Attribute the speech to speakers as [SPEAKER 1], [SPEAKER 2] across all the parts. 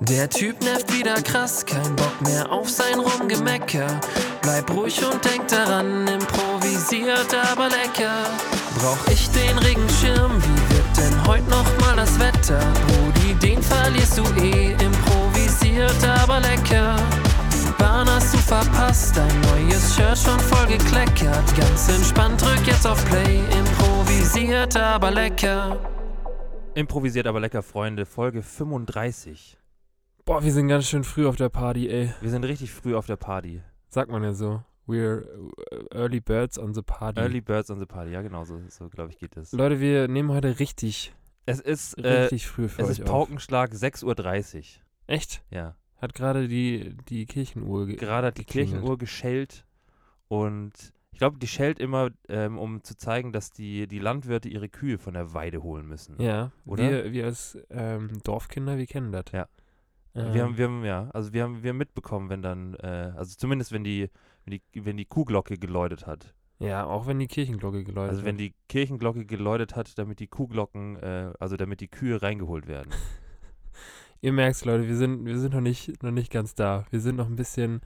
[SPEAKER 1] Der Typ nervt wieder krass, kein Bock mehr auf sein Rumgemecker. Bleib ruhig und denk daran, improvisiert aber lecker. Brauch ich den Regenschirm, wie wird denn heute nochmal das Wetter? Brudi, den verlierst du eh, improvisiert aber lecker. Die Bahn hast du verpasst, dein neues Shirt schon voll gekleckert. Ganz entspannt, drück jetzt auf Play, improvisiert aber lecker.
[SPEAKER 2] Improvisiert aber lecker, Freunde. Folge 35.
[SPEAKER 3] Boah, wir sind ganz schön früh auf der Party, ey.
[SPEAKER 2] Wir sind richtig früh auf der Party.
[SPEAKER 3] Sagt man ja so. We're äh, early birds on the party.
[SPEAKER 2] Early Birds on the Party. Ja, genau, so, so glaube ich, geht es.
[SPEAKER 3] Leute, wir nehmen heute richtig,
[SPEAKER 2] Es ist, äh,
[SPEAKER 3] richtig früh für
[SPEAKER 2] es
[SPEAKER 3] euch
[SPEAKER 2] ist
[SPEAKER 3] auf.
[SPEAKER 2] Paukenschlag 6.30 Uhr.
[SPEAKER 3] Echt?
[SPEAKER 2] Ja.
[SPEAKER 3] Hat gerade die, die Kirchenuhr ge
[SPEAKER 2] Gerade hat die
[SPEAKER 3] Geklingelt.
[SPEAKER 2] Kirchenuhr geschellt und ich glaube, die schellt immer, ähm, um zu zeigen, dass die, die Landwirte ihre Kühe von der Weide holen müssen.
[SPEAKER 3] Ja,
[SPEAKER 2] Oder?
[SPEAKER 3] Wir, wir als ähm, Dorfkinder, wir kennen das.
[SPEAKER 2] Ja.
[SPEAKER 3] Ähm,
[SPEAKER 2] Wir haben, wir haben, ja, also wir haben, wir haben mitbekommen, wenn dann, äh, also zumindest wenn die, wenn die, wenn die Kuhglocke geläutet hat.
[SPEAKER 3] ja, auch wenn die Kirchenglocke geläutet
[SPEAKER 2] Also wenn die Kirchenglocke geläutet hat, damit die Kuhglocken, äh, also damit die Kühe reingeholt werden.
[SPEAKER 3] wird. Ihr merkt's, Leute, wir sind, wir sind noch, nicht, noch nicht ganz da. Wir sind noch ein bisschen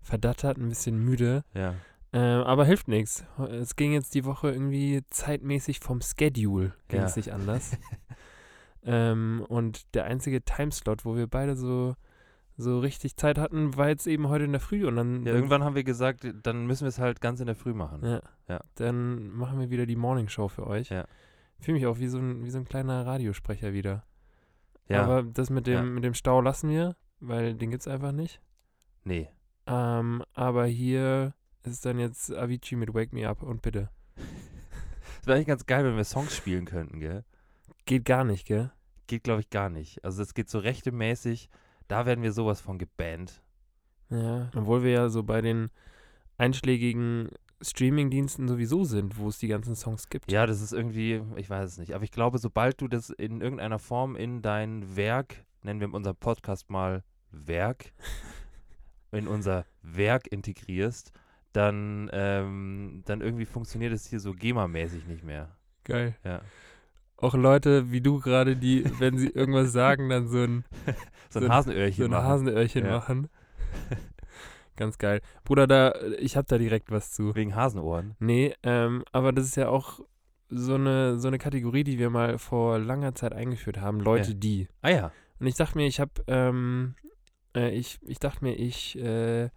[SPEAKER 3] verdattert, ein bisschen müde.
[SPEAKER 2] ja.
[SPEAKER 3] Ähm, aber hilft nichts. Es ging jetzt die Woche irgendwie zeitmäßig vom Schedule, ging
[SPEAKER 2] Ja.
[SPEAKER 3] es nicht anders. ähm, und der einzige Timeslot, wo wir beide so, so richtig Zeit hatten, war jetzt eben heute in der Früh und dann,
[SPEAKER 2] ja. Irgendwann haben wir gesagt, dann müssen wir es halt ganz in der Früh machen.
[SPEAKER 3] Ja.
[SPEAKER 2] Ja.
[SPEAKER 3] dann machen wir wieder die Morning Show für euch.
[SPEAKER 2] Ja.
[SPEAKER 3] Fühle mich auch wie so, ein, wie so ein kleiner Radiosprecher wieder.
[SPEAKER 2] Ja.
[SPEAKER 3] Aber das mit dem,
[SPEAKER 2] Ja.
[SPEAKER 3] mit dem Stau lassen wir, weil den gibt's einfach nicht.
[SPEAKER 2] nee.
[SPEAKER 3] Ähm, aber hier ist dann jetzt Avicii mit Wake Me Up und bitte.
[SPEAKER 2] Es wäre eigentlich ganz geil, wenn wir Songs spielen könnten, gell?
[SPEAKER 3] Geht gar nicht, gell?
[SPEAKER 2] Geht, glaube ich, gar nicht. Also das geht so rechtemäßig. Da werden wir sowas von gebannt.
[SPEAKER 3] Ja, obwohl wir ja so bei den einschlägigen Streaming-Diensten sowieso sind, wo es die ganzen Songs gibt.
[SPEAKER 2] Ja, das ist irgendwie, ich weiß es nicht. Aber ich glaube, sobald du das in irgendeiner Form in dein Werk, nennen wir unseren Podcast mal Werk, in unser Werk integrierst, dann, ähm, dann irgendwie funktioniert es hier so GEMA-mäßig nicht mehr.
[SPEAKER 3] Geil.
[SPEAKER 2] Ja.
[SPEAKER 3] Auch Leute wie du gerade, die, wenn sie irgendwas sagen, dann so ein,
[SPEAKER 2] So
[SPEAKER 3] So
[SPEAKER 2] ein
[SPEAKER 3] ein-
[SPEAKER 2] Hasenöhrchen
[SPEAKER 3] so ein
[SPEAKER 2] machen.
[SPEAKER 3] Hasenöhrchen
[SPEAKER 2] Ja.
[SPEAKER 3] machen. Ganz geil. Bruder, da, ich hab da direkt was zu.
[SPEAKER 2] Wegen Hasenohren.
[SPEAKER 3] Nee, ähm, aber das ist ja auch so eine, so eine Kategorie, die wir mal vor langer Zeit eingeführt haben. Leute, die.
[SPEAKER 2] Ah ja.
[SPEAKER 3] Und ich dachte mir, ich habe, ähm, äh, ich, ich dachte mir, ich äh,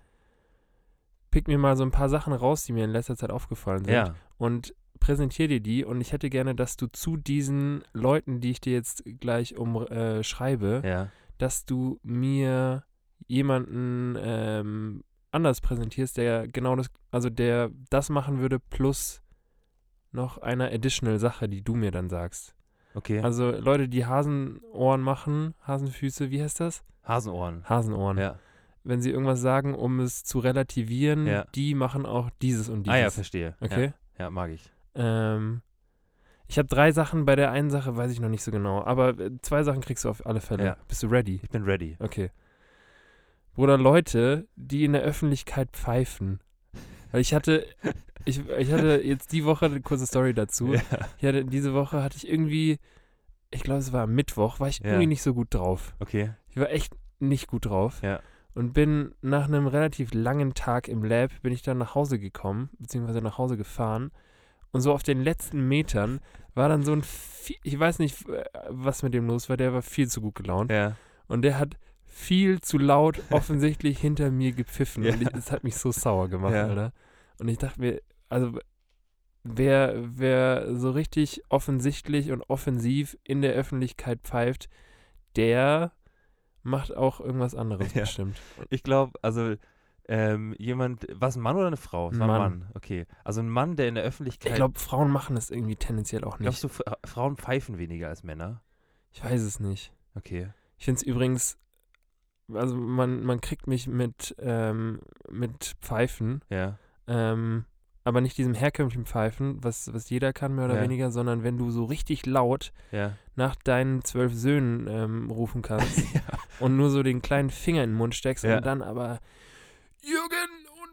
[SPEAKER 3] pick mir mal so ein paar Sachen raus, die mir in letzter Zeit aufgefallen sind
[SPEAKER 2] Ja.
[SPEAKER 3] und präsentiere dir die. Und ich hätte gerne, dass du zu diesen Leuten, die ich dir jetzt gleich umschreibe, äh, schreibe,
[SPEAKER 2] Ja.
[SPEAKER 3] dass du mir jemanden ähm, anders präsentierst, der genau das, also der das machen würde plus noch einer additional Sache, die du mir dann sagst.
[SPEAKER 2] Okay.
[SPEAKER 3] Also Leute, die Hasenohren machen, Hasenfüße, wie heißt das?
[SPEAKER 2] Hasenohren.
[SPEAKER 3] Hasenohren.
[SPEAKER 2] Ja.
[SPEAKER 3] Wenn sie irgendwas sagen, um es zu relativieren,
[SPEAKER 2] Ja.
[SPEAKER 3] die machen auch dieses und
[SPEAKER 2] Ah ja,
[SPEAKER 3] dieses.
[SPEAKER 2] verstehe.
[SPEAKER 3] okay.
[SPEAKER 2] Ja, ja mag ich.
[SPEAKER 3] Ähm, ich habe drei Sachen, bei der einen Sache weiß ich noch nicht so genau, aber äh, zwei Sachen kriegst du auf alle Fälle.
[SPEAKER 2] Ja.
[SPEAKER 3] Bist du ready?
[SPEAKER 2] Ich bin ready.
[SPEAKER 3] Okay. Bruder, Leute, die in der Öffentlichkeit pfeifen. Weil ich hatte, ich, ich hatte jetzt die Woche eine kurze Story dazu.
[SPEAKER 2] Ja.
[SPEAKER 3] Ich hatte, diese Woche hatte ich irgendwie, ich glaube, es war am Mittwoch, war ich
[SPEAKER 2] Ja.
[SPEAKER 3] irgendwie nicht so gut drauf.
[SPEAKER 2] Okay.
[SPEAKER 3] Ich war echt nicht gut drauf.
[SPEAKER 2] Ja.
[SPEAKER 3] Und bin nach einem relativ langen Tag im Lab, bin ich dann nach Hause gekommen, beziehungsweise nach Hause gefahren. Und so auf den letzten Metern war dann so ein, vi- ich weiß nicht, äh, was mit dem los war, der war viel zu gut gelaunt.
[SPEAKER 2] Ja.
[SPEAKER 3] Und der hat viel zu laut offensichtlich hinter mir gepfiffen.
[SPEAKER 2] Ja.
[SPEAKER 3] Und ich, das hat mich so sauer gemacht,
[SPEAKER 2] Ja.
[SPEAKER 3] Alter. Und ich dachte mir, also wer, wer so richtig offensichtlich und offensiv in der Öffentlichkeit pfeift, der macht auch irgendwas anderes
[SPEAKER 2] Ja.
[SPEAKER 3] bestimmt.
[SPEAKER 2] Ich glaube, also ähm, jemand, was ein Mann oder eine Frau? Es
[SPEAKER 3] Ein
[SPEAKER 2] war ein
[SPEAKER 3] Mann.
[SPEAKER 2] Mann. Okay. Also ein Mann, der in der Öffentlichkeit.
[SPEAKER 3] Ich glaube, Frauen machen das irgendwie tendenziell auch nicht.
[SPEAKER 2] glaubst du, Fra- äh, Frauen pfeifen weniger als Männer?
[SPEAKER 3] Ich weiß es nicht.
[SPEAKER 2] Okay.
[SPEAKER 3] Ich finde es übrigens, also man, man kriegt mich mit, ähm, mit Pfeifen
[SPEAKER 2] Ja.
[SPEAKER 3] Ähm, aber nicht diesem herkömmlichen Pfeifen, was, was jeder kann, mehr oder
[SPEAKER 2] Ja.
[SPEAKER 3] weniger, sondern wenn du so richtig laut
[SPEAKER 2] Ja.
[SPEAKER 3] nach deinen zwölf Söhnen ähm, rufen kannst und nur so den kleinen Finger in den Mund steckst
[SPEAKER 2] Ja.
[SPEAKER 3] und dann aber Jürgen und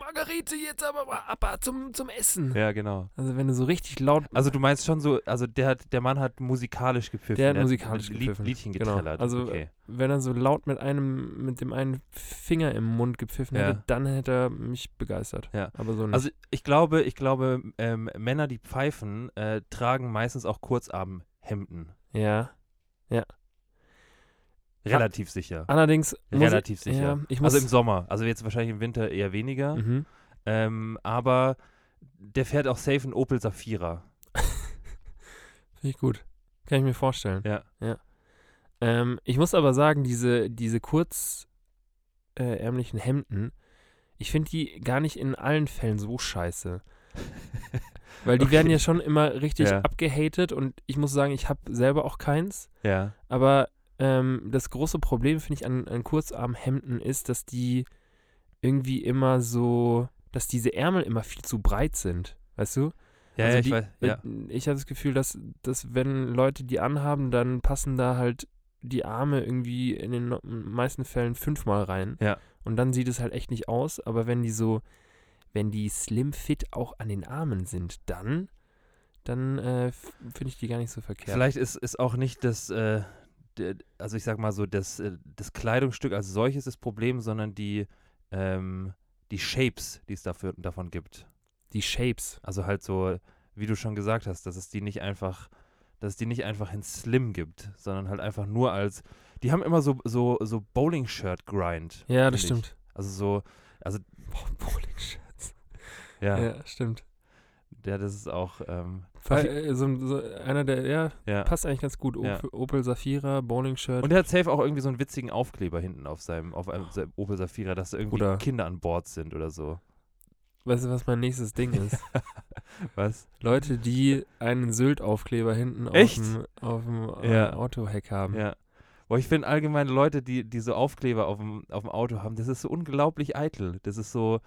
[SPEAKER 3] Margarete, jetzt aber mal ab zum, zum Essen.
[SPEAKER 2] Ja, genau.
[SPEAKER 3] Also wenn du so richtig laut
[SPEAKER 2] Also du meinst schon so, also der hat, der Mann hat musikalisch gepfiffen.
[SPEAKER 3] Der hat
[SPEAKER 2] er
[SPEAKER 3] musikalisch
[SPEAKER 2] Lied,
[SPEAKER 3] gepfiffen,
[SPEAKER 2] Liedchen
[SPEAKER 3] genau.
[SPEAKER 2] geträllert.
[SPEAKER 3] Also,
[SPEAKER 2] okay.
[SPEAKER 3] wenn er so laut mit einem, mit dem einen Finger im Mund gepfiffen
[SPEAKER 2] Ja.
[SPEAKER 3] hätte, dann hätte er mich begeistert.
[SPEAKER 2] Ja.
[SPEAKER 3] Aber so nicht.
[SPEAKER 2] also ich glaube, ich glaube, ähm, Männer, die pfeifen, äh, tragen meistens auch Kurzarmhemden.
[SPEAKER 3] ja. Ja.
[SPEAKER 2] Relativ sicher.
[SPEAKER 3] Allerdings muss
[SPEAKER 2] Relativ
[SPEAKER 3] ich,
[SPEAKER 2] sicher.
[SPEAKER 3] Ja, ich muss,
[SPEAKER 2] also im Sommer. Also jetzt wahrscheinlich im Winter eher weniger.
[SPEAKER 3] mhm.
[SPEAKER 2] Ähm, aber der fährt auch safe einen Opel Safira.
[SPEAKER 3] Finde ich gut. Kann ich mir vorstellen.
[SPEAKER 2] Ja.
[SPEAKER 3] Ähm, ich muss aber sagen, diese, diese kurzärmlichen äh, ärmlichen Hemden, ich finde die gar nicht in allen Fällen so scheiße. Weil die werden ja schon immer richtig
[SPEAKER 2] Ja.
[SPEAKER 3] abgehatet und ich muss sagen, ich habe selber auch keins.
[SPEAKER 2] Ja.
[SPEAKER 3] Aber ähm, das große Problem, finde ich, an, an Kurzarmhemden ist, dass die irgendwie immer so, dass diese Ärmel immer viel zu breit sind. Weißt du?
[SPEAKER 2] Ja,
[SPEAKER 3] Also
[SPEAKER 2] ja, ich
[SPEAKER 3] die,
[SPEAKER 2] weiß. Ja.
[SPEAKER 3] äh, Ich habe das Gefühl, dass, dass wenn Leute die anhaben, dann passen da halt die Arme irgendwie in den no- meisten Fällen fünfmal rein.
[SPEAKER 2] Ja.
[SPEAKER 3] Und dann sieht es halt echt nicht aus. Aber wenn die so, wenn die slim fit auch an den Armen sind, dann, dann äh, f- finde ich die gar nicht so verkehrt.
[SPEAKER 2] Vielleicht ist, ist auch nicht das, äh, der- also ich sag mal so, das, äh, das Kleidungsstück als solches das Problem, sondern die, ähm, die Shapes, die es dafür, davon gibt.
[SPEAKER 3] die Shapes.
[SPEAKER 2] Also halt so, wie du schon gesagt hast, dass es die nicht einfach, dass es die nicht einfach in Slim gibt, sondern halt einfach nur als, die haben immer so, so, so Bowling-Shirt-Grind.
[SPEAKER 3] Ja, das
[SPEAKER 2] finde ich.
[SPEAKER 3] stimmt.
[SPEAKER 2] Also so,
[SPEAKER 3] Boah, Bowling-Shirts.
[SPEAKER 2] ja, ja.
[SPEAKER 3] Ja, stimmt.
[SPEAKER 2] das ist auch, ähm,
[SPEAKER 3] Weil, äh, so, ein- so einer der, ja,
[SPEAKER 2] ja.
[SPEAKER 3] passt eigentlich ganz gut. Opel,
[SPEAKER 2] Ja.
[SPEAKER 3] Opel Safira, Bowling-Shirt.
[SPEAKER 2] Und er hat safe auch irgendwie so einen witzigen Aufkleber hinten auf seinem, auf einem, seinem Opel Safira, dass da irgendwie
[SPEAKER 3] Oder-
[SPEAKER 2] Kinder an Bord sind oder so.
[SPEAKER 3] Weißt du, was mein nächstes Ding ist?
[SPEAKER 2] Was?
[SPEAKER 3] Leute, die einen Sylt-Aufkleber hinten auf
[SPEAKER 2] Echt?
[SPEAKER 3] dem, auf dem äh,
[SPEAKER 2] Ja.
[SPEAKER 3] Autoheck haben.
[SPEAKER 2] Ja. Boah, ich finde allgemein Leute, die diese Aufkleber auf dem, auf dem Auto haben, das ist so unglaublich eitel. Das ist so,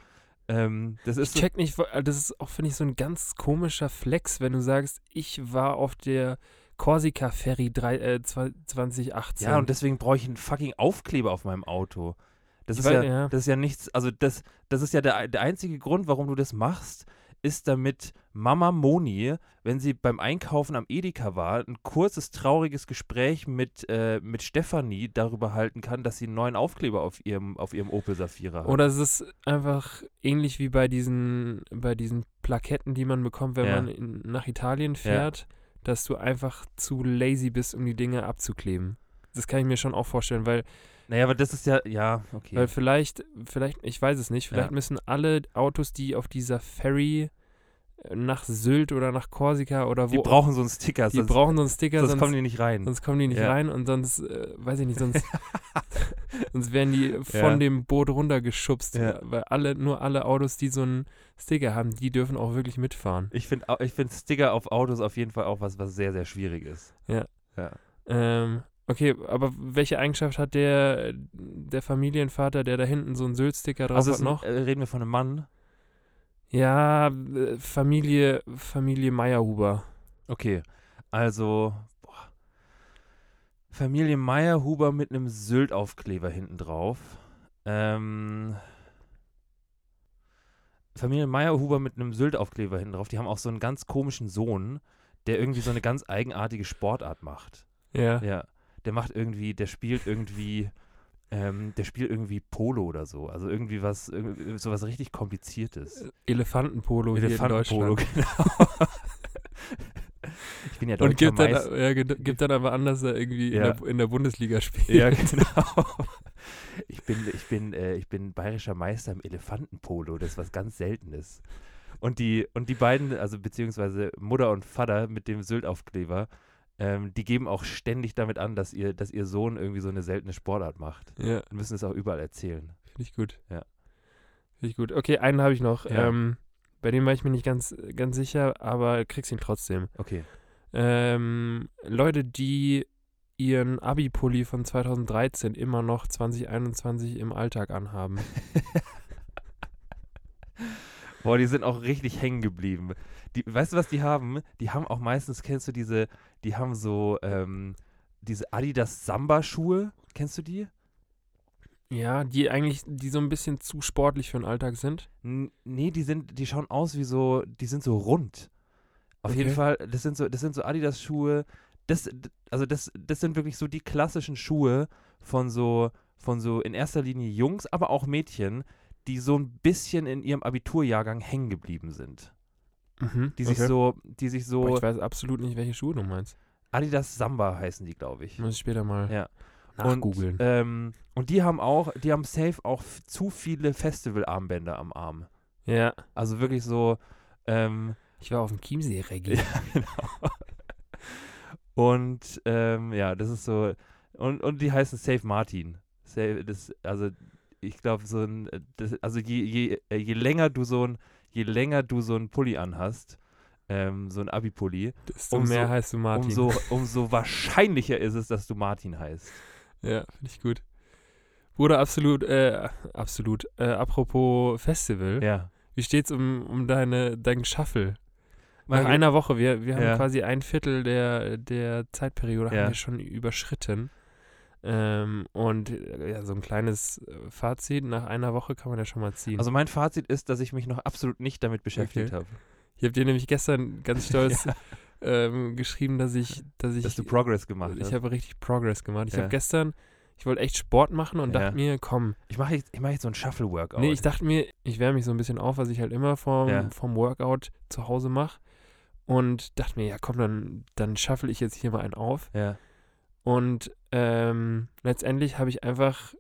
[SPEAKER 2] ähm, das
[SPEAKER 3] Ich
[SPEAKER 2] ist so,
[SPEAKER 3] check nicht, wo- äh, das ist auch, finde ich, so ein ganz komischer Flex, wenn du sagst, ich war auf der Corsica-Ferry drei- äh, zwei- 2018.
[SPEAKER 2] ja, und deswegen brauche ich einen fucking Aufkleber auf meinem Auto. Das
[SPEAKER 3] Ich
[SPEAKER 2] ist
[SPEAKER 3] weiß-
[SPEAKER 2] ja,
[SPEAKER 3] ja.
[SPEAKER 2] das ist ja nichts, also das, das ist ja der, ei- der einzige Grund, warum du das machst, ist damit Mama Moni, wenn sie beim Einkaufen am Edeka war, ein kurzes, trauriges Gespräch mit, äh, mit Stefanie darüber halten kann, dass sie einen neuen Aufkleber auf ihrem, auf ihrem Opel Safira hat.
[SPEAKER 3] Oder es ist einfach ähnlich wie bei diesen, bei diesen Plaketten, die man bekommt, wenn
[SPEAKER 2] Ja.
[SPEAKER 3] man in, nach Italien fährt, dass du einfach zu lazy bist, um die Dinge abzukleben. Das kann ich mir schon auch vorstellen, weil,
[SPEAKER 2] Naja, aber das ist ja, ja, okay.
[SPEAKER 3] weil vielleicht, vielleicht, ich weiß es nicht, vielleicht
[SPEAKER 2] Ja.
[SPEAKER 3] müssen alle Autos, die auf dieser Ferry äh, nach Sylt oder nach Korsika oder wo
[SPEAKER 2] die brauchen so einen Sticker,
[SPEAKER 3] die
[SPEAKER 2] sonst,
[SPEAKER 3] brauchen so einen Sticker,
[SPEAKER 2] sonst
[SPEAKER 3] sonst,
[SPEAKER 2] kommen die nicht rein.
[SPEAKER 3] sonst kommen die nicht
[SPEAKER 2] Ja.
[SPEAKER 3] rein und sonst, äh, weiß ich nicht, sonst, sonst werden die von
[SPEAKER 2] Ja.
[SPEAKER 3] dem Boot runtergeschubst.
[SPEAKER 2] Ja.
[SPEAKER 3] Weil alle, nur alle Autos, die so einen Sticker haben, die dürfen auch wirklich mitfahren.
[SPEAKER 2] ich finde ich find Sticker auf Autos auf jeden Fall auch was, was sehr, sehr schwierig ist.
[SPEAKER 3] Ja.
[SPEAKER 2] ja.
[SPEAKER 3] Ähm, okay, aber welche Eigenschaft hat der, der Familienvater, der da hinten so einen Sylt-Sticker drauf
[SPEAKER 2] Also
[SPEAKER 3] hat,
[SPEAKER 2] es-
[SPEAKER 3] noch?
[SPEAKER 2] äh, reden wir von einem Mann.
[SPEAKER 3] Ja, äh, Familie, Familie Meierhuber.
[SPEAKER 2] Okay, also boah. Familie Meyerhuber mit einem Sylt-Aufkleber hinten drauf. Ähm, Familie Meyerhuber mit einem Sylt-Aufkleber hinten drauf. Die haben auch so einen ganz komischen Sohn, der irgendwie so eine ganz eigenartige Sportart macht.
[SPEAKER 3] Ja.
[SPEAKER 2] Ja, der macht irgendwie, der spielt irgendwie, ähm, der spielt irgendwie Polo oder so. Also irgendwie was, irgendwie sowas richtig kompliziertes.
[SPEAKER 3] Elefantenpolo hier in
[SPEAKER 2] Elefantenpolo,
[SPEAKER 3] Deutschland.
[SPEAKER 2] genau. ich bin ja
[SPEAKER 3] Und
[SPEAKER 2] deutscher
[SPEAKER 3] gibt dann,
[SPEAKER 2] genau, Meister.
[SPEAKER 3] ja, gibt gibt dann aber an, dass er irgendwie
[SPEAKER 2] Ja.
[SPEAKER 3] in, der, in der Bundesliga spielt.
[SPEAKER 2] Ja, genau. Ich bin, ich bin, äh, ich bin bayerischer Meister im Elefantenpolo, das ist was ganz Seltenes. Und die, und die beiden, also beziehungsweise Mutter und Vater mit dem Sylt-Aufkleber, ähm, die geben auch ständig damit an, dass ihr, dass ihr Sohn irgendwie so eine seltene Sportart macht.
[SPEAKER 3] ja.
[SPEAKER 2] Und müssen es auch überall erzählen.
[SPEAKER 3] Finde ich gut.
[SPEAKER 2] Ja.
[SPEAKER 3] Finde ich gut. Okay, einen habe ich noch.
[SPEAKER 2] Ja.
[SPEAKER 3] Ähm, bei dem war ich mir nicht ganz, ganz sicher, aber kriegst ihn trotzdem.
[SPEAKER 2] Okay.
[SPEAKER 3] Ähm, Leute, die ihren Abi-Pulli von 2013 immer noch 2021 im Alltag anhaben.
[SPEAKER 2] Boah, die sind auch richtig hängen geblieben. Die, weißt du, was die haben? Die haben auch meistens, kennst du diese, die haben so, ähm, diese Adidas Samba-Schuhe, kennst du die?
[SPEAKER 3] Ja, die eigentlich, die so ein bisschen zu sportlich für den Alltag sind.
[SPEAKER 2] N nee, die sind, die schauen aus wie so, die sind so rund. Auf jeden
[SPEAKER 3] Okay.
[SPEAKER 2] Fall, das sind so, das sind so Adidas-Schuhe. Das, d- also das, das sind wirklich so die klassischen Schuhe von so, von so in erster Linie Jungs, aber auch Mädchen, die so ein bisschen in ihrem Abiturjahrgang hängen geblieben sind.
[SPEAKER 3] Mhm,
[SPEAKER 2] Die sich so, die sich
[SPEAKER 3] Boah,
[SPEAKER 2] so,
[SPEAKER 3] ich weiß absolut nicht, welche Schuhe du meinst.
[SPEAKER 2] Adidas Samba heißen die, glaube ich.
[SPEAKER 3] Muss ich später mal
[SPEAKER 2] Ja. Und,
[SPEAKER 3] nachgoogeln.
[SPEAKER 2] Ähm, und die haben auch, die haben safe auch f- zu viele Festivalarmbänder am Arm.
[SPEAKER 3] ja,
[SPEAKER 2] Also wirklich so, ähm,
[SPEAKER 3] ich war auf dem Chiemsee-Reggae.
[SPEAKER 2] und ähm, ja, das ist so, und, und die heißen Safe Martin. Safe, das, also ich glaube, so ein, äh, das, also je, je, äh, je länger du so ein, je länger du so ein Pulli anhast, ähm, so ein Abi-Pulli,
[SPEAKER 3] Desto
[SPEAKER 2] Umso-
[SPEAKER 3] Um mehr heißt du Martin.
[SPEAKER 2] umso, umso wahrscheinlicher ist es, dass du Martin heißt.
[SPEAKER 3] Ja, finde ich gut. Bruder, absolut, äh, absolut. Äh, apropos Festival,
[SPEAKER 2] Ja.
[SPEAKER 3] wie steht's um, um deine, deinen Shuffle?
[SPEAKER 2] Mal
[SPEAKER 3] Nach
[SPEAKER 2] ge-
[SPEAKER 3] einer Woche, wir, wir haben
[SPEAKER 2] Ja.
[SPEAKER 3] quasi ein Viertel der, der Zeitperiode
[SPEAKER 2] Ja.
[SPEAKER 3] haben wir schon überschritten. Ähm, und äh, ja, so ein kleines äh, Fazit, nach einer Woche kann man ja schon mal ziehen.
[SPEAKER 2] Also mein Fazit ist, dass ich mich noch absolut nicht damit beschäftigt
[SPEAKER 3] Okay.
[SPEAKER 2] habe.
[SPEAKER 3] ich habe dir nämlich gestern ganz stolz ähm, geschrieben, dass ich, dass ich
[SPEAKER 2] Dass du Progress gemacht hast.
[SPEAKER 3] Ich habe richtig Progress gemacht. Ich
[SPEAKER 2] Ja.
[SPEAKER 3] habe gestern, ich wollte echt Sport machen und
[SPEAKER 2] Ja.
[SPEAKER 3] dachte mir, komm,
[SPEAKER 2] Ich mache jetzt, ich mach jetzt so ein Shuffle-Workout.
[SPEAKER 3] nee, ich dachte mir, ich wärme mich so ein bisschen auf, was ich halt immer vom,
[SPEAKER 2] Ja.
[SPEAKER 3] vom Workout zu Hause mache. Und dachte mir, ja komm, dann, dann schaffel ich jetzt hier mal einen auf.
[SPEAKER 2] ja.
[SPEAKER 3] Und ähm, letztendlich habe ich einfach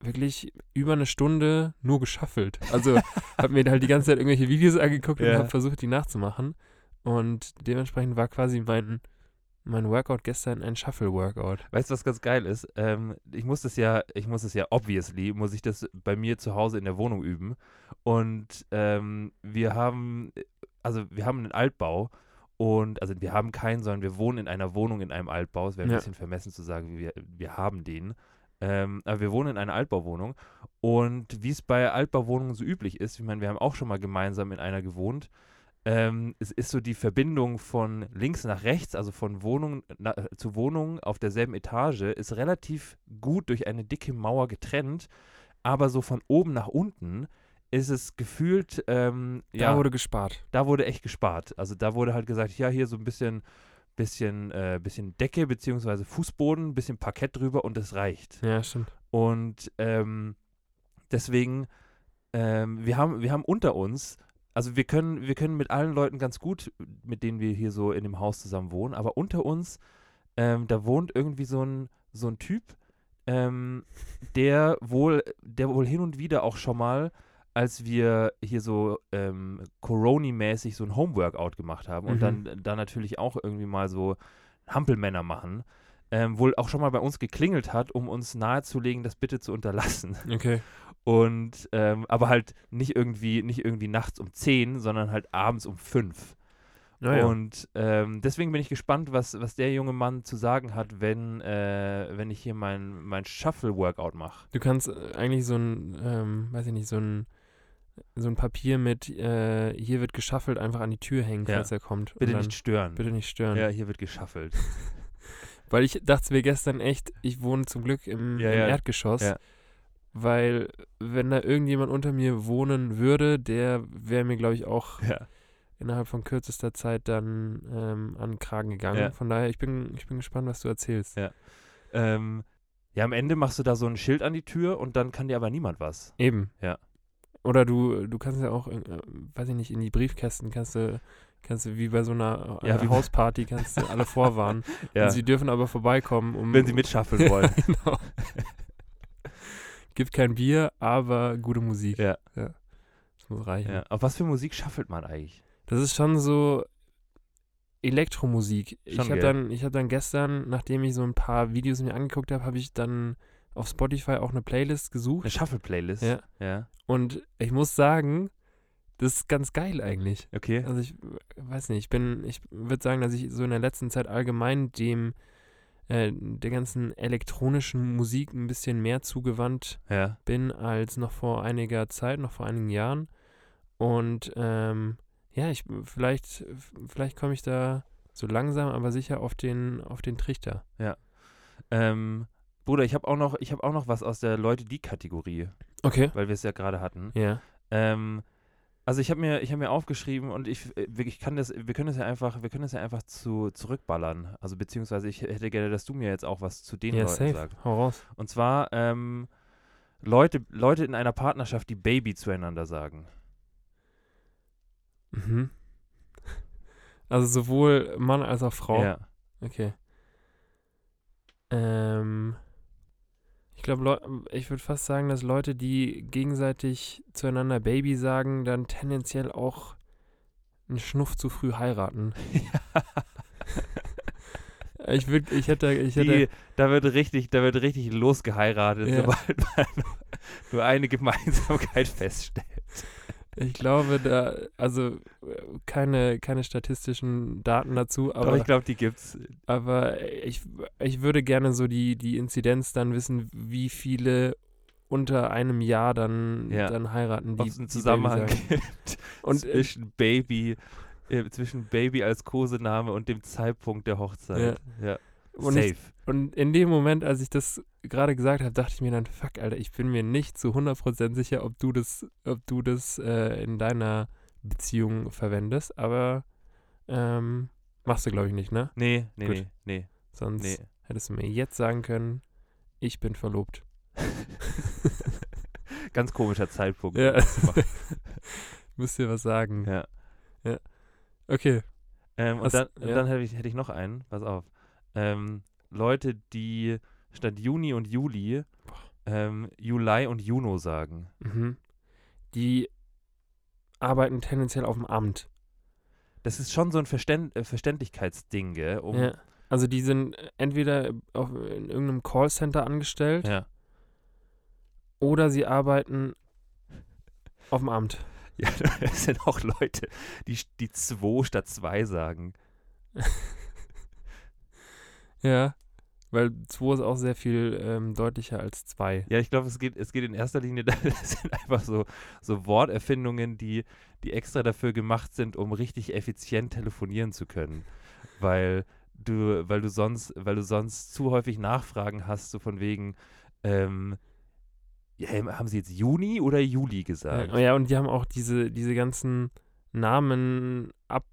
[SPEAKER 3] wirklich über eine Stunde nur geschaffelt. Also habe mir halt die ganze Zeit irgendwelche Videos angeguckt
[SPEAKER 2] Ja.
[SPEAKER 3] und habe versucht, die nachzumachen. Und dementsprechend war quasi mein, mein Workout gestern ein Shuffle-Workout.
[SPEAKER 2] Weißt du, was ganz geil ist? Ähm, ich muss das ja, ich muss das ja, obviously, muss ich das bei mir zu Hause in der Wohnung üben. Und ähm, wir haben, also wir haben einen Altbau und, also wir haben keinen, sondern wir wohnen in einer Wohnung in einem Altbau. Es wäre ein
[SPEAKER 3] Ja.
[SPEAKER 2] bisschen vermessen zu sagen, wir, wir haben den. Ähm, aber wir wohnen in einer Altbauwohnung und wie es bei Altbauwohnungen so üblich ist, ich meine, wir haben auch schon mal gemeinsam in einer gewohnt, ähm, es ist so die Verbindung von links nach rechts, also von Wohnung na, zu Wohnung auf derselben Etage, ist relativ gut durch eine dicke Mauer getrennt, aber so von oben nach unten ist es gefühlt, ähm, ja,
[SPEAKER 3] Da wurde gespart.
[SPEAKER 2] da wurde echt gespart. Also da wurde halt gesagt, ja, hier so ein bisschen, bisschen, äh, bisschen Decke beziehungsweise Fußboden, bisschen Parkett drüber und das reicht.
[SPEAKER 3] Ja, stimmt.
[SPEAKER 2] Und ähm, deswegen, ähm, wir, haben, wir haben unter uns, also wir können, wir können mit allen Leuten ganz gut, mit denen wir hier so in dem Haus zusammen wohnen, aber unter uns, ähm, da wohnt irgendwie so ein, so ein Typ, ähm, der wohl, der wohl hin und wieder auch schon mal, als wir hier so ähm, Coroni-mäßig so ein Homeworkout gemacht haben und
[SPEAKER 3] Mhm.
[SPEAKER 2] dann, dann natürlich auch irgendwie mal so Hampelmänner machen, ähm, wohl auch schon mal bei uns geklingelt hat, um uns nahezulegen, das bitte zu unterlassen.
[SPEAKER 3] Okay.
[SPEAKER 2] Und ähm, aber halt nicht irgendwie, nicht irgendwie nachts um 10, sondern halt abends um 5.
[SPEAKER 3] Ah,
[SPEAKER 2] Und ähm, deswegen bin ich gespannt, was, was der junge Mann zu sagen hat, wenn, äh, wenn ich hier mein, mein Shuffle-Workout mache.
[SPEAKER 3] Du kannst äh, eigentlich so ein, ähm, weiß ich nicht, so ein, so ein Papier mit, äh, hier wird geschaffelt, einfach an die Tür hängen,
[SPEAKER 2] Ja.
[SPEAKER 3] falls er kommt. Und
[SPEAKER 2] Bitte
[SPEAKER 3] dann,
[SPEAKER 2] nicht stören.
[SPEAKER 3] Bitte nicht stören.
[SPEAKER 2] Ja, hier wird geschaffelt.
[SPEAKER 3] Weil ich dachte mir gestern echt, ich wohne zum Glück im,
[SPEAKER 2] Ja,
[SPEAKER 3] im
[SPEAKER 2] ja.
[SPEAKER 3] Erdgeschoss.
[SPEAKER 2] Ja.
[SPEAKER 3] Weil, wenn da irgendjemand unter mir wohnen würde, der wäre mir, glaube ich, auch
[SPEAKER 2] ja.
[SPEAKER 3] innerhalb von kürzester Zeit dann ähm, an den Kragen gegangen.
[SPEAKER 2] Ja.
[SPEAKER 3] Von daher, ich bin, ich bin gespannt, was du erzählst.
[SPEAKER 2] Ähm, ja, am Ende machst du da so ein Schild an die Tür und dann kann dir aber niemand was.
[SPEAKER 3] Eben.
[SPEAKER 2] Ja.
[SPEAKER 3] Oder du, du kannst ja auch, in, äh, weiß ich nicht, in die Briefkästen kannst du, kannst du wie bei so einer äh,
[SPEAKER 2] Ja, wie-
[SPEAKER 3] Hausparty kannst du alle vorwarnen.
[SPEAKER 2] Ja.
[SPEAKER 3] Sie dürfen aber vorbeikommen, um.
[SPEAKER 2] Wenn sie mitschaffeln wollen.
[SPEAKER 3] genau. Gibt kein Bier, aber gute Musik.
[SPEAKER 2] Ja.
[SPEAKER 3] Das muss reichen.
[SPEAKER 2] ja. Auf was für Musik schaffelt man eigentlich?
[SPEAKER 3] Das ist schon so Elektromusik. ich
[SPEAKER 2] Schon,
[SPEAKER 3] habe
[SPEAKER 2] gell?
[SPEAKER 3] dann, ich hab dann gestern, nachdem ich so ein paar Videos mir angeguckt habe, habe ich dann auf Spotify auch eine Playlist gesucht.
[SPEAKER 2] Eine Shuffle-Playlist?
[SPEAKER 3] Ja.
[SPEAKER 2] Ja.
[SPEAKER 3] Und ich muss sagen, das ist ganz geil eigentlich.
[SPEAKER 2] Okay.
[SPEAKER 3] Also ich äh, weiß nicht, ich bin, ich würde sagen, dass ich so in der letzten Zeit allgemein dem äh, der ganzen elektronischen Musik ein bisschen mehr zugewandt
[SPEAKER 2] Ja.
[SPEAKER 3] bin als noch vor einiger Zeit, noch vor einigen Jahren. Und ähm, ja, ich vielleicht, vielleicht komme ich da so langsam, aber sicher auf den, auf den Trichter.
[SPEAKER 2] Ähm, Bruder, ich habe auch, noch- ich hab auch noch was aus der Leute die Kategorie,
[SPEAKER 3] Okay.
[SPEAKER 2] weil wir es ja gerade hatten.
[SPEAKER 3] Ja.
[SPEAKER 2] Ähm, also ich habe mir, ich hab mir aufgeschrieben und ich, äh, wir- ich kann das, wir können das ja einfach, wir können das ja einfach zu, zurückballern. Also beziehungsweise ich hätte gerne, dass du mir jetzt auch was zu den
[SPEAKER 3] Ja,
[SPEAKER 2] Leuten
[SPEAKER 3] safe.
[SPEAKER 2] sagst.
[SPEAKER 3] Hau raus.
[SPEAKER 2] Und zwar ähm, Leute, Leute in einer Partnerschaft, die Baby zueinander sagen.
[SPEAKER 3] Mhm. Also sowohl Mann als auch Frau.
[SPEAKER 2] Ja.
[SPEAKER 3] Okay. Ähm, ich glaube, ich würde fast sagen, dass Leute, die gegenseitig zueinander Baby sagen, dann tendenziell auch einen Schnuff zu früh heiraten. ich würd, ich hätte, ich hätte,
[SPEAKER 2] Die, da wird richtig, da wird richtig losgeheiratet,
[SPEAKER 3] Ja.
[SPEAKER 2] sobald man nur eine Gemeinsamkeit feststellt.
[SPEAKER 3] ich glaube, da, also äh, keine, keine statistischen Daten dazu,
[SPEAKER 2] Aber
[SPEAKER 3] aber
[SPEAKER 2] ich glaube, die gibt's.
[SPEAKER 3] Aber ich, ich würde gerne so die, die Inzidenz dann wissen, wie viele unter einem Jahr dann,
[SPEAKER 2] Ja.
[SPEAKER 3] dann heiraten, die,
[SPEAKER 2] Ob es einen
[SPEAKER 3] die
[SPEAKER 2] Zusammenhang
[SPEAKER 3] Baby sagen.
[SPEAKER 2] gibt
[SPEAKER 3] Und äh,
[SPEAKER 2] zwischen Baby, äh, zwischen Baby als Kosename und dem Zeitpunkt der Hochzeit. Ja.
[SPEAKER 3] Und
[SPEAKER 2] Safe.
[SPEAKER 3] ich- Und in dem Moment, als ich das gerade gesagt habe, dachte ich mir dann, fuck, Alter, ich bin mir nicht zu 100% sicher, ob du das, ob du das äh, in deiner Beziehung verwendest, aber ähm, machst du, glaube ich, nicht, ne?
[SPEAKER 2] nee, nee,
[SPEAKER 3] Gut.
[SPEAKER 2] nee, nee,
[SPEAKER 3] Sonst
[SPEAKER 2] nee.
[SPEAKER 3] hättest du mir jetzt sagen können, ich bin verlobt.
[SPEAKER 2] Ganz komischer Zeitpunkt. um
[SPEAKER 3] Ja. Müsst ihr was sagen.
[SPEAKER 2] Ja.
[SPEAKER 3] Ja. Okay.
[SPEAKER 2] Ähm, und
[SPEAKER 3] Was-
[SPEAKER 2] dann, und
[SPEAKER 3] ja.
[SPEAKER 2] dann hätte, ich, hätte ich noch einen, pass auf. Ähm, Leute, die statt Juni und Juli ähm, Juli und Juno sagen.
[SPEAKER 3] Mhm. Die arbeiten tendenziell auf dem Amt.
[SPEAKER 2] Das ist schon so ein Verständ, äh, Verständlichkeitsding, gell? Um,
[SPEAKER 3] Ja. Also die sind entweder auf, in irgendeinem Callcenter angestellt
[SPEAKER 2] ja.
[SPEAKER 3] oder sie arbeiten auf dem Amt.
[SPEAKER 2] Ja, das sind auch Leute, die, die zwei statt zwei sagen.
[SPEAKER 3] Ja. Weil 2 ist auch sehr viel ähm, deutlicher als 2.
[SPEAKER 2] Ja, ich glaube, es geht, es geht in erster Linie, da- das sind einfach so, so Worterfindungen, die, die extra dafür gemacht sind, um richtig effizient telefonieren zu können. Weil du, weil du sonst, weil du sonst zu häufig Nachfragen hast, so von wegen, ähm, ja, ähm, haben sie jetzt Juni oder Juli gesagt?
[SPEAKER 3] Ja, ja, und die haben auch diese, diese ganzen Namen ab,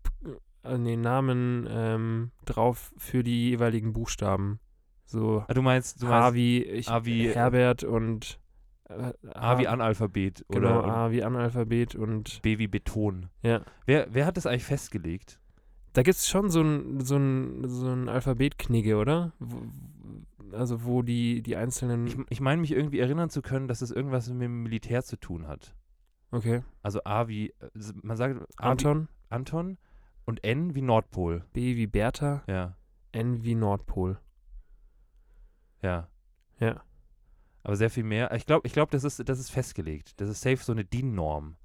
[SPEAKER 3] äh, nee, Namen ähm, drauf für die jeweiligen Buchstaben. So
[SPEAKER 2] Ah, Du meinst, du meinst
[SPEAKER 3] Harvey, ich,
[SPEAKER 2] A wie- äh,
[SPEAKER 3] Herbert und äh,
[SPEAKER 2] A wie
[SPEAKER 3] Har-
[SPEAKER 2] Analphabet
[SPEAKER 3] Genau,
[SPEAKER 2] oder und
[SPEAKER 3] A wie Analphabet und
[SPEAKER 2] B wie Beton.
[SPEAKER 3] ja.
[SPEAKER 2] Wer, wer hat das eigentlich festgelegt?
[SPEAKER 3] Da gibt es schon so ein, so ein, so ein Alphabetknigge, oder? Wo, also wo die, die
[SPEAKER 2] Ich,
[SPEAKER 3] einzelnen.
[SPEAKER 2] ich meine mich irgendwie erinnern zu können, dass es irgendwas mit dem Militär zu tun hat.
[SPEAKER 3] Okay.
[SPEAKER 2] Also A wie, äh, s- man sagt A
[SPEAKER 3] Anton,
[SPEAKER 2] Wie Anton und N wie Nordpol.
[SPEAKER 3] B wie Bertha,
[SPEAKER 2] Ja,
[SPEAKER 3] N wie Nordpol.
[SPEAKER 2] ja.
[SPEAKER 3] Ja.
[SPEAKER 2] Aber sehr viel mehr. Ich glaube, ich glaub, das, ist, das ist festgelegt. Das ist safe so eine DIN-Norm.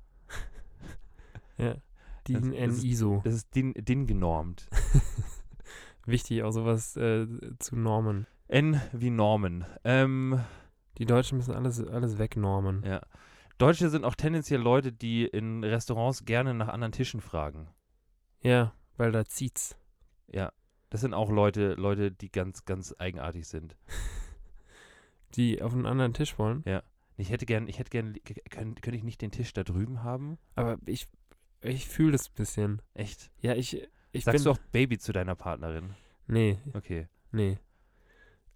[SPEAKER 3] Die
[SPEAKER 2] Das- das
[SPEAKER 3] N
[SPEAKER 2] ist-
[SPEAKER 3] ISO.
[SPEAKER 2] Das ist DIN, DIN genormt.
[SPEAKER 3] Wichtig, auch sowas äh, zu normen.
[SPEAKER 2] N wie Normen. Ähm,
[SPEAKER 3] Die Deutschen müssen alles, alles wegnormen.
[SPEAKER 2] ja. Deutsche sind auch tendenziell Leute, die in Restaurants gerne nach anderen Tischen fragen.
[SPEAKER 3] Ja, weil da zieht's.
[SPEAKER 2] Ja. Das sind auch Leute, Leute, die ganz, ganz eigenartig sind.
[SPEAKER 3] Die auf einen anderen Tisch wollen.
[SPEAKER 2] Ich hätte gern, ich hätte gern, könnte könnt ich nicht den Tisch da drüben haben?
[SPEAKER 3] Aber ich, ich fühle das ein bisschen.
[SPEAKER 2] Echt?
[SPEAKER 3] Ja, ich, ich
[SPEAKER 2] Sagst
[SPEAKER 3] bin.
[SPEAKER 2] du auch Baby zu deiner Partnerin?
[SPEAKER 3] nee,
[SPEAKER 2] Okay.
[SPEAKER 3] Nee.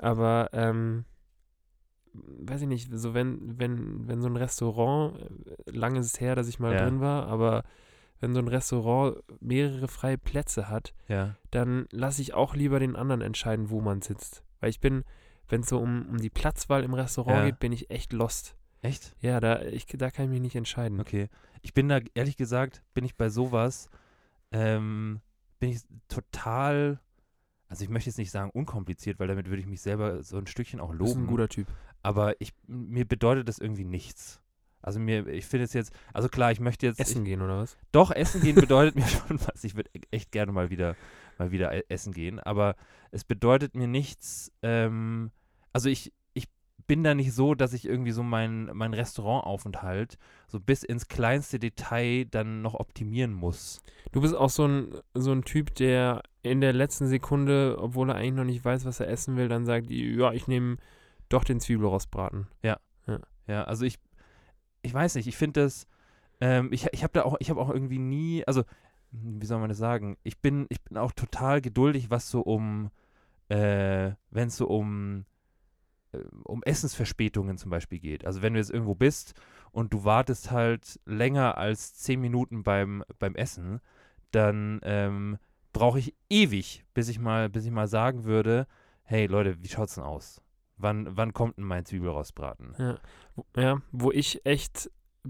[SPEAKER 3] Aber, ähm, weiß ich nicht, so wenn, wenn, wenn so ein Restaurant, äh, lang ist es her, dass ich mal
[SPEAKER 2] Ja.
[SPEAKER 3] drin war, aber wenn so ein Restaurant mehrere freie Plätze hat,
[SPEAKER 2] Ja.
[SPEAKER 3] dann lasse ich auch lieber den anderen entscheiden, wo man sitzt. Weil ich bin, wenn es so um, um die Platzwahl im Restaurant
[SPEAKER 2] Ja.
[SPEAKER 3] geht, bin ich echt lost.
[SPEAKER 2] Echt?
[SPEAKER 3] Ja, da, ich, da kann ich mich nicht entscheiden.
[SPEAKER 2] Okay. Ich bin da, ehrlich gesagt, bin ich bei sowas, ähm, bin ich total, also ich möchte jetzt nicht sagen unkompliziert, weil damit würde ich mich selber so ein Stückchen auch
[SPEAKER 3] Du bist
[SPEAKER 2] loben.
[SPEAKER 3] ein guter Typ.
[SPEAKER 2] aber ich, mir bedeutet das irgendwie nichts. Also mir, ich finde es jetzt, also klar, ich möchte jetzt,
[SPEAKER 3] Essen gehen oder was?
[SPEAKER 2] Ich, doch, essen gehen bedeutet mir schon was. Ich würde echt gerne mal wieder, mal wieder e- essen gehen, aber es bedeutet mir nichts, ähm, also ich, ich bin da nicht so, dass ich irgendwie so meinen mein Restaurantaufenthalt so bis ins kleinste Detail dann noch optimieren muss.
[SPEAKER 3] Du bist auch so ein, so ein Typ, der in der letzten Sekunde, obwohl er eigentlich noch nicht weiß, was er essen will, dann sagt, ja, ich nehme Doch den Zwiebelrost braten.
[SPEAKER 2] Ja, also ich, ich weiß nicht, ich finde das, ähm, ich, ich habe da auch, ich habe auch irgendwie nie, also, hm, wie soll man das sagen? Ich bin, ich bin auch total geduldig, was so um, äh, wenn es so um, äh, um Essensverspätungen zum Beispiel geht. Also wenn du jetzt irgendwo bist und du wartest halt länger als zehn Minuten beim, beim Essen, dann ähm, brauche ich ewig, bis ich mal, bis ich mal sagen würde, hey Leute, wie schaut's denn aus? Wann, wann kommt denn mein Zwiebelrostbraten?
[SPEAKER 3] Wo- Ja, wo ich echt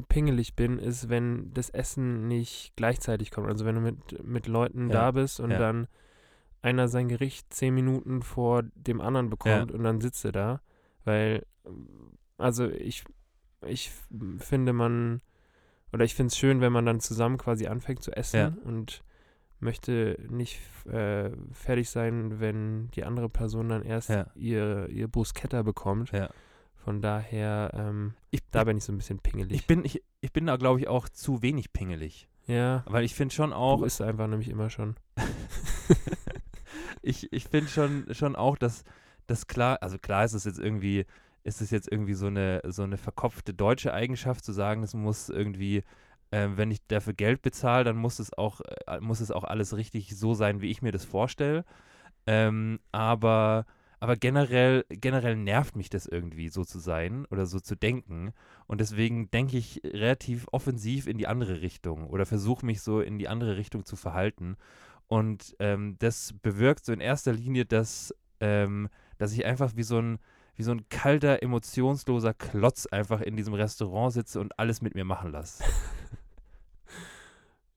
[SPEAKER 3] pingelig bin, ist, wenn das Essen nicht gleichzeitig kommt. Also wenn du mit, mit Leuten
[SPEAKER 2] Ja,
[SPEAKER 3] da bist und
[SPEAKER 2] ja.
[SPEAKER 3] dann einer sein Gericht zehn Minuten vor dem anderen bekommt und dann sitzt er da. Weil, also ich, ich finde man, oder ich finde es schön, wenn man dann zusammen quasi anfängt zu essen
[SPEAKER 2] Ja.
[SPEAKER 3] und möchte nicht äh, fertig sein, wenn die andere Person dann erst
[SPEAKER 2] Ja.
[SPEAKER 3] ihr, ihr Bruschetta bekommt.
[SPEAKER 2] Ja.
[SPEAKER 3] Von daher, ähm,
[SPEAKER 2] Ich,
[SPEAKER 3] da bin ich so ein bisschen pingelig.
[SPEAKER 2] Ich bin, ich, ich bin da, glaube ich, auch zu wenig pingelig.
[SPEAKER 3] ja,
[SPEAKER 2] Weil ich finde schon
[SPEAKER 3] auch
[SPEAKER 2] auch,
[SPEAKER 3] du isst einfach nämlich immer schon.
[SPEAKER 2] ich, ich finde schon, schon auch, dass das klar, also klar ist es jetzt irgendwie, ist es jetzt irgendwie so eine, so eine verkopfte deutsche Eigenschaft zu sagen, es muss irgendwie, äh, wenn ich dafür Geld bezahle, dann muss es auch, äh, muss es auch alles richtig so sein, wie ich mir das vorstelle. Ähm, aber, aber generell, generell nervt mich das irgendwie, so zu sein oder so zu denken. Und deswegen denke ich relativ offensiv in die andere Richtung oder versuche mich so in die andere Richtung zu verhalten. Und ähm, das bewirkt so in erster Linie, dass, ähm, dass ich einfach wie so ein wie so ein kalter, emotionsloser Klotz einfach in diesem Restaurant sitze und alles mit mir machen lasse.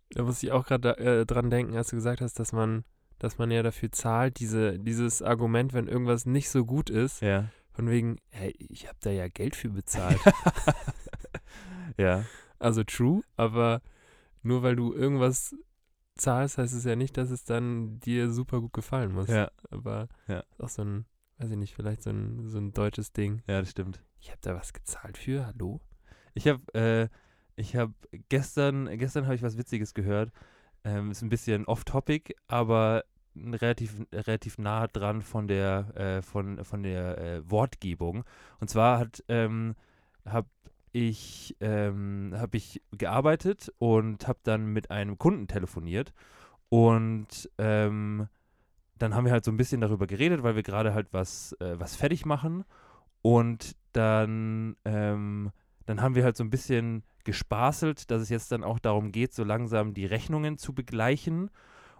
[SPEAKER 3] Da muss ich auch gerade äh, dran denken, als du gesagt hast, dass man, dass man ja dafür zahlt, diese, dieses Argument, wenn irgendwas nicht so gut ist,
[SPEAKER 2] Ja.
[SPEAKER 3] von wegen, hey, ich habe da ja Geld für bezahlt.
[SPEAKER 2] ja.
[SPEAKER 3] also true, aber nur weil du irgendwas zahlst, heißt es ja nicht, dass es dann dir super gut gefallen muss.
[SPEAKER 2] Ja.
[SPEAKER 3] Aber
[SPEAKER 2] Ja.
[SPEAKER 3] ist auch so ein, weiß ich nicht, vielleicht so ein, so ein deutsches Ding.
[SPEAKER 2] Ja, das stimmt.
[SPEAKER 3] Ich habe da was gezahlt für, hallo?
[SPEAKER 2] Ich habe äh, ich habe gestern gestern habe ich was Witziges gehört. Ähm, ist ein bisschen off Topic, aber n- relativ relativ nah dran von der äh, von von der äh, Wortgebung. Und zwar hat ähm, habe ich ähm, habe ich gearbeitet und habe dann mit einem Kunden telefoniert und ähm, dann haben wir halt so ein bisschen darüber geredet, weil wir gerade halt was äh, was fertig machen und dann ähm, dann haben wir halt so ein bisschen gespaßelt, dass es jetzt dann auch darum geht, so langsam die Rechnungen zu begleichen.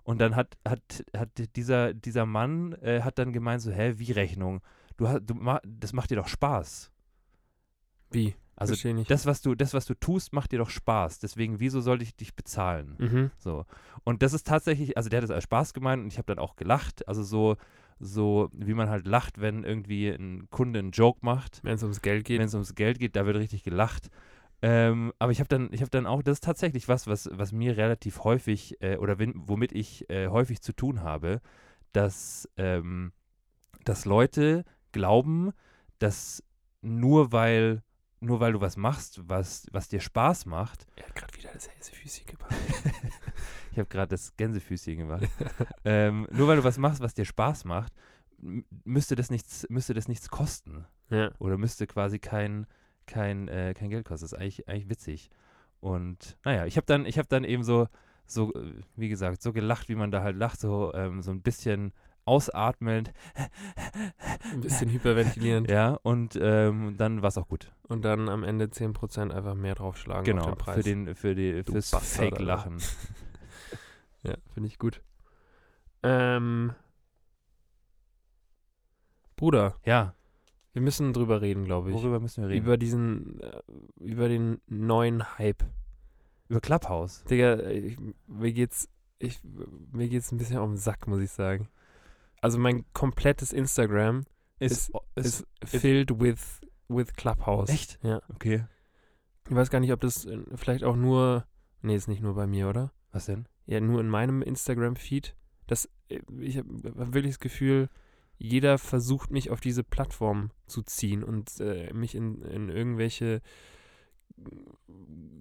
[SPEAKER 2] Und dann hat, hat, hat dieser, dieser Mann äh, hat dann gemeint, so, hä, wie Rechnung? Du, ha- du, ma- das macht dir doch Spaß.
[SPEAKER 3] Wie?
[SPEAKER 2] Also
[SPEAKER 3] Verstehe nicht.
[SPEAKER 2] das, was du, das, was du tust, macht dir doch Spaß. Deswegen, wieso sollte ich dich bezahlen?
[SPEAKER 3] Mhm.
[SPEAKER 2] So. Und das ist tatsächlich, also der hat es als Spaß gemeint und ich habe dann auch gelacht. Also so, so wie man halt lacht, wenn irgendwie ein Kunde einen Joke macht.
[SPEAKER 3] Wenn es ums Geld geht.
[SPEAKER 2] Wenn es ums Geld geht, da wird richtig gelacht. Ähm, aber ich habe dann, ich habe dann auch, das ist tatsächlich was, was, was mir relativ häufig äh, oder wen, womit ich äh, häufig zu tun habe, dass, ähm, dass Leute glauben, dass nur weil, nur weil du was machst, was, was dir Spaß macht,
[SPEAKER 3] Er hat gerade wieder das Häsefüßchen gemacht.
[SPEAKER 2] ich habe gerade das Gänsefüßchen gemacht, ähm, nur weil du was machst, was dir Spaß macht, m- müsste das nichts, müsste das nichts kosten.
[SPEAKER 3] Ja.
[SPEAKER 2] oder müsste quasi kein, kein, äh, kein Geld kosten. Das ist eigentlich, eigentlich witzig. Und naja, ich habe dann, ich hab dann eben so, so, äh, wie gesagt, so gelacht, wie man da halt lacht, so, ähm, so ein bisschen ausatmend,
[SPEAKER 3] Ein bisschen hyperventilierend
[SPEAKER 2] ja, und ähm, dann war es auch gut.
[SPEAKER 3] und dann am Ende 10% einfach mehr draufschlagen auf
[SPEAKER 2] Genau,
[SPEAKER 3] den Preis.
[SPEAKER 2] für den, für die,
[SPEAKER 3] Du
[SPEAKER 2] fürs
[SPEAKER 3] Bastard, Alter.
[SPEAKER 2] Fake-Lachen.
[SPEAKER 3] ja, finde ich gut. Ähm, Bruder,
[SPEAKER 2] Ja,
[SPEAKER 3] wir müssen drüber reden, glaube ich.
[SPEAKER 2] worüber müssen wir reden?
[SPEAKER 3] Über diesen, äh, über den neuen Hype.
[SPEAKER 2] Über Clubhouse.
[SPEAKER 3] Digga, ich, mir geht's, ich, mir geht's ein bisschen auf den Sack, muss ich sagen. Also mein komplettes Instagram
[SPEAKER 2] Ist,
[SPEAKER 3] ist, filled with, with Clubhouse.
[SPEAKER 2] echt?
[SPEAKER 3] Ja.
[SPEAKER 2] Okay.
[SPEAKER 3] Ich weiß gar nicht, ob das äh, vielleicht auch nur. Nee, ist nicht nur bei mir, oder?
[SPEAKER 2] Was denn?
[SPEAKER 3] Ja, nur in meinem Instagram-Feed. Das, äh, ich habe hab wirklich das Gefühl, jeder versucht mich auf diese Plattform zu ziehen und äh, mich in, in irgendwelche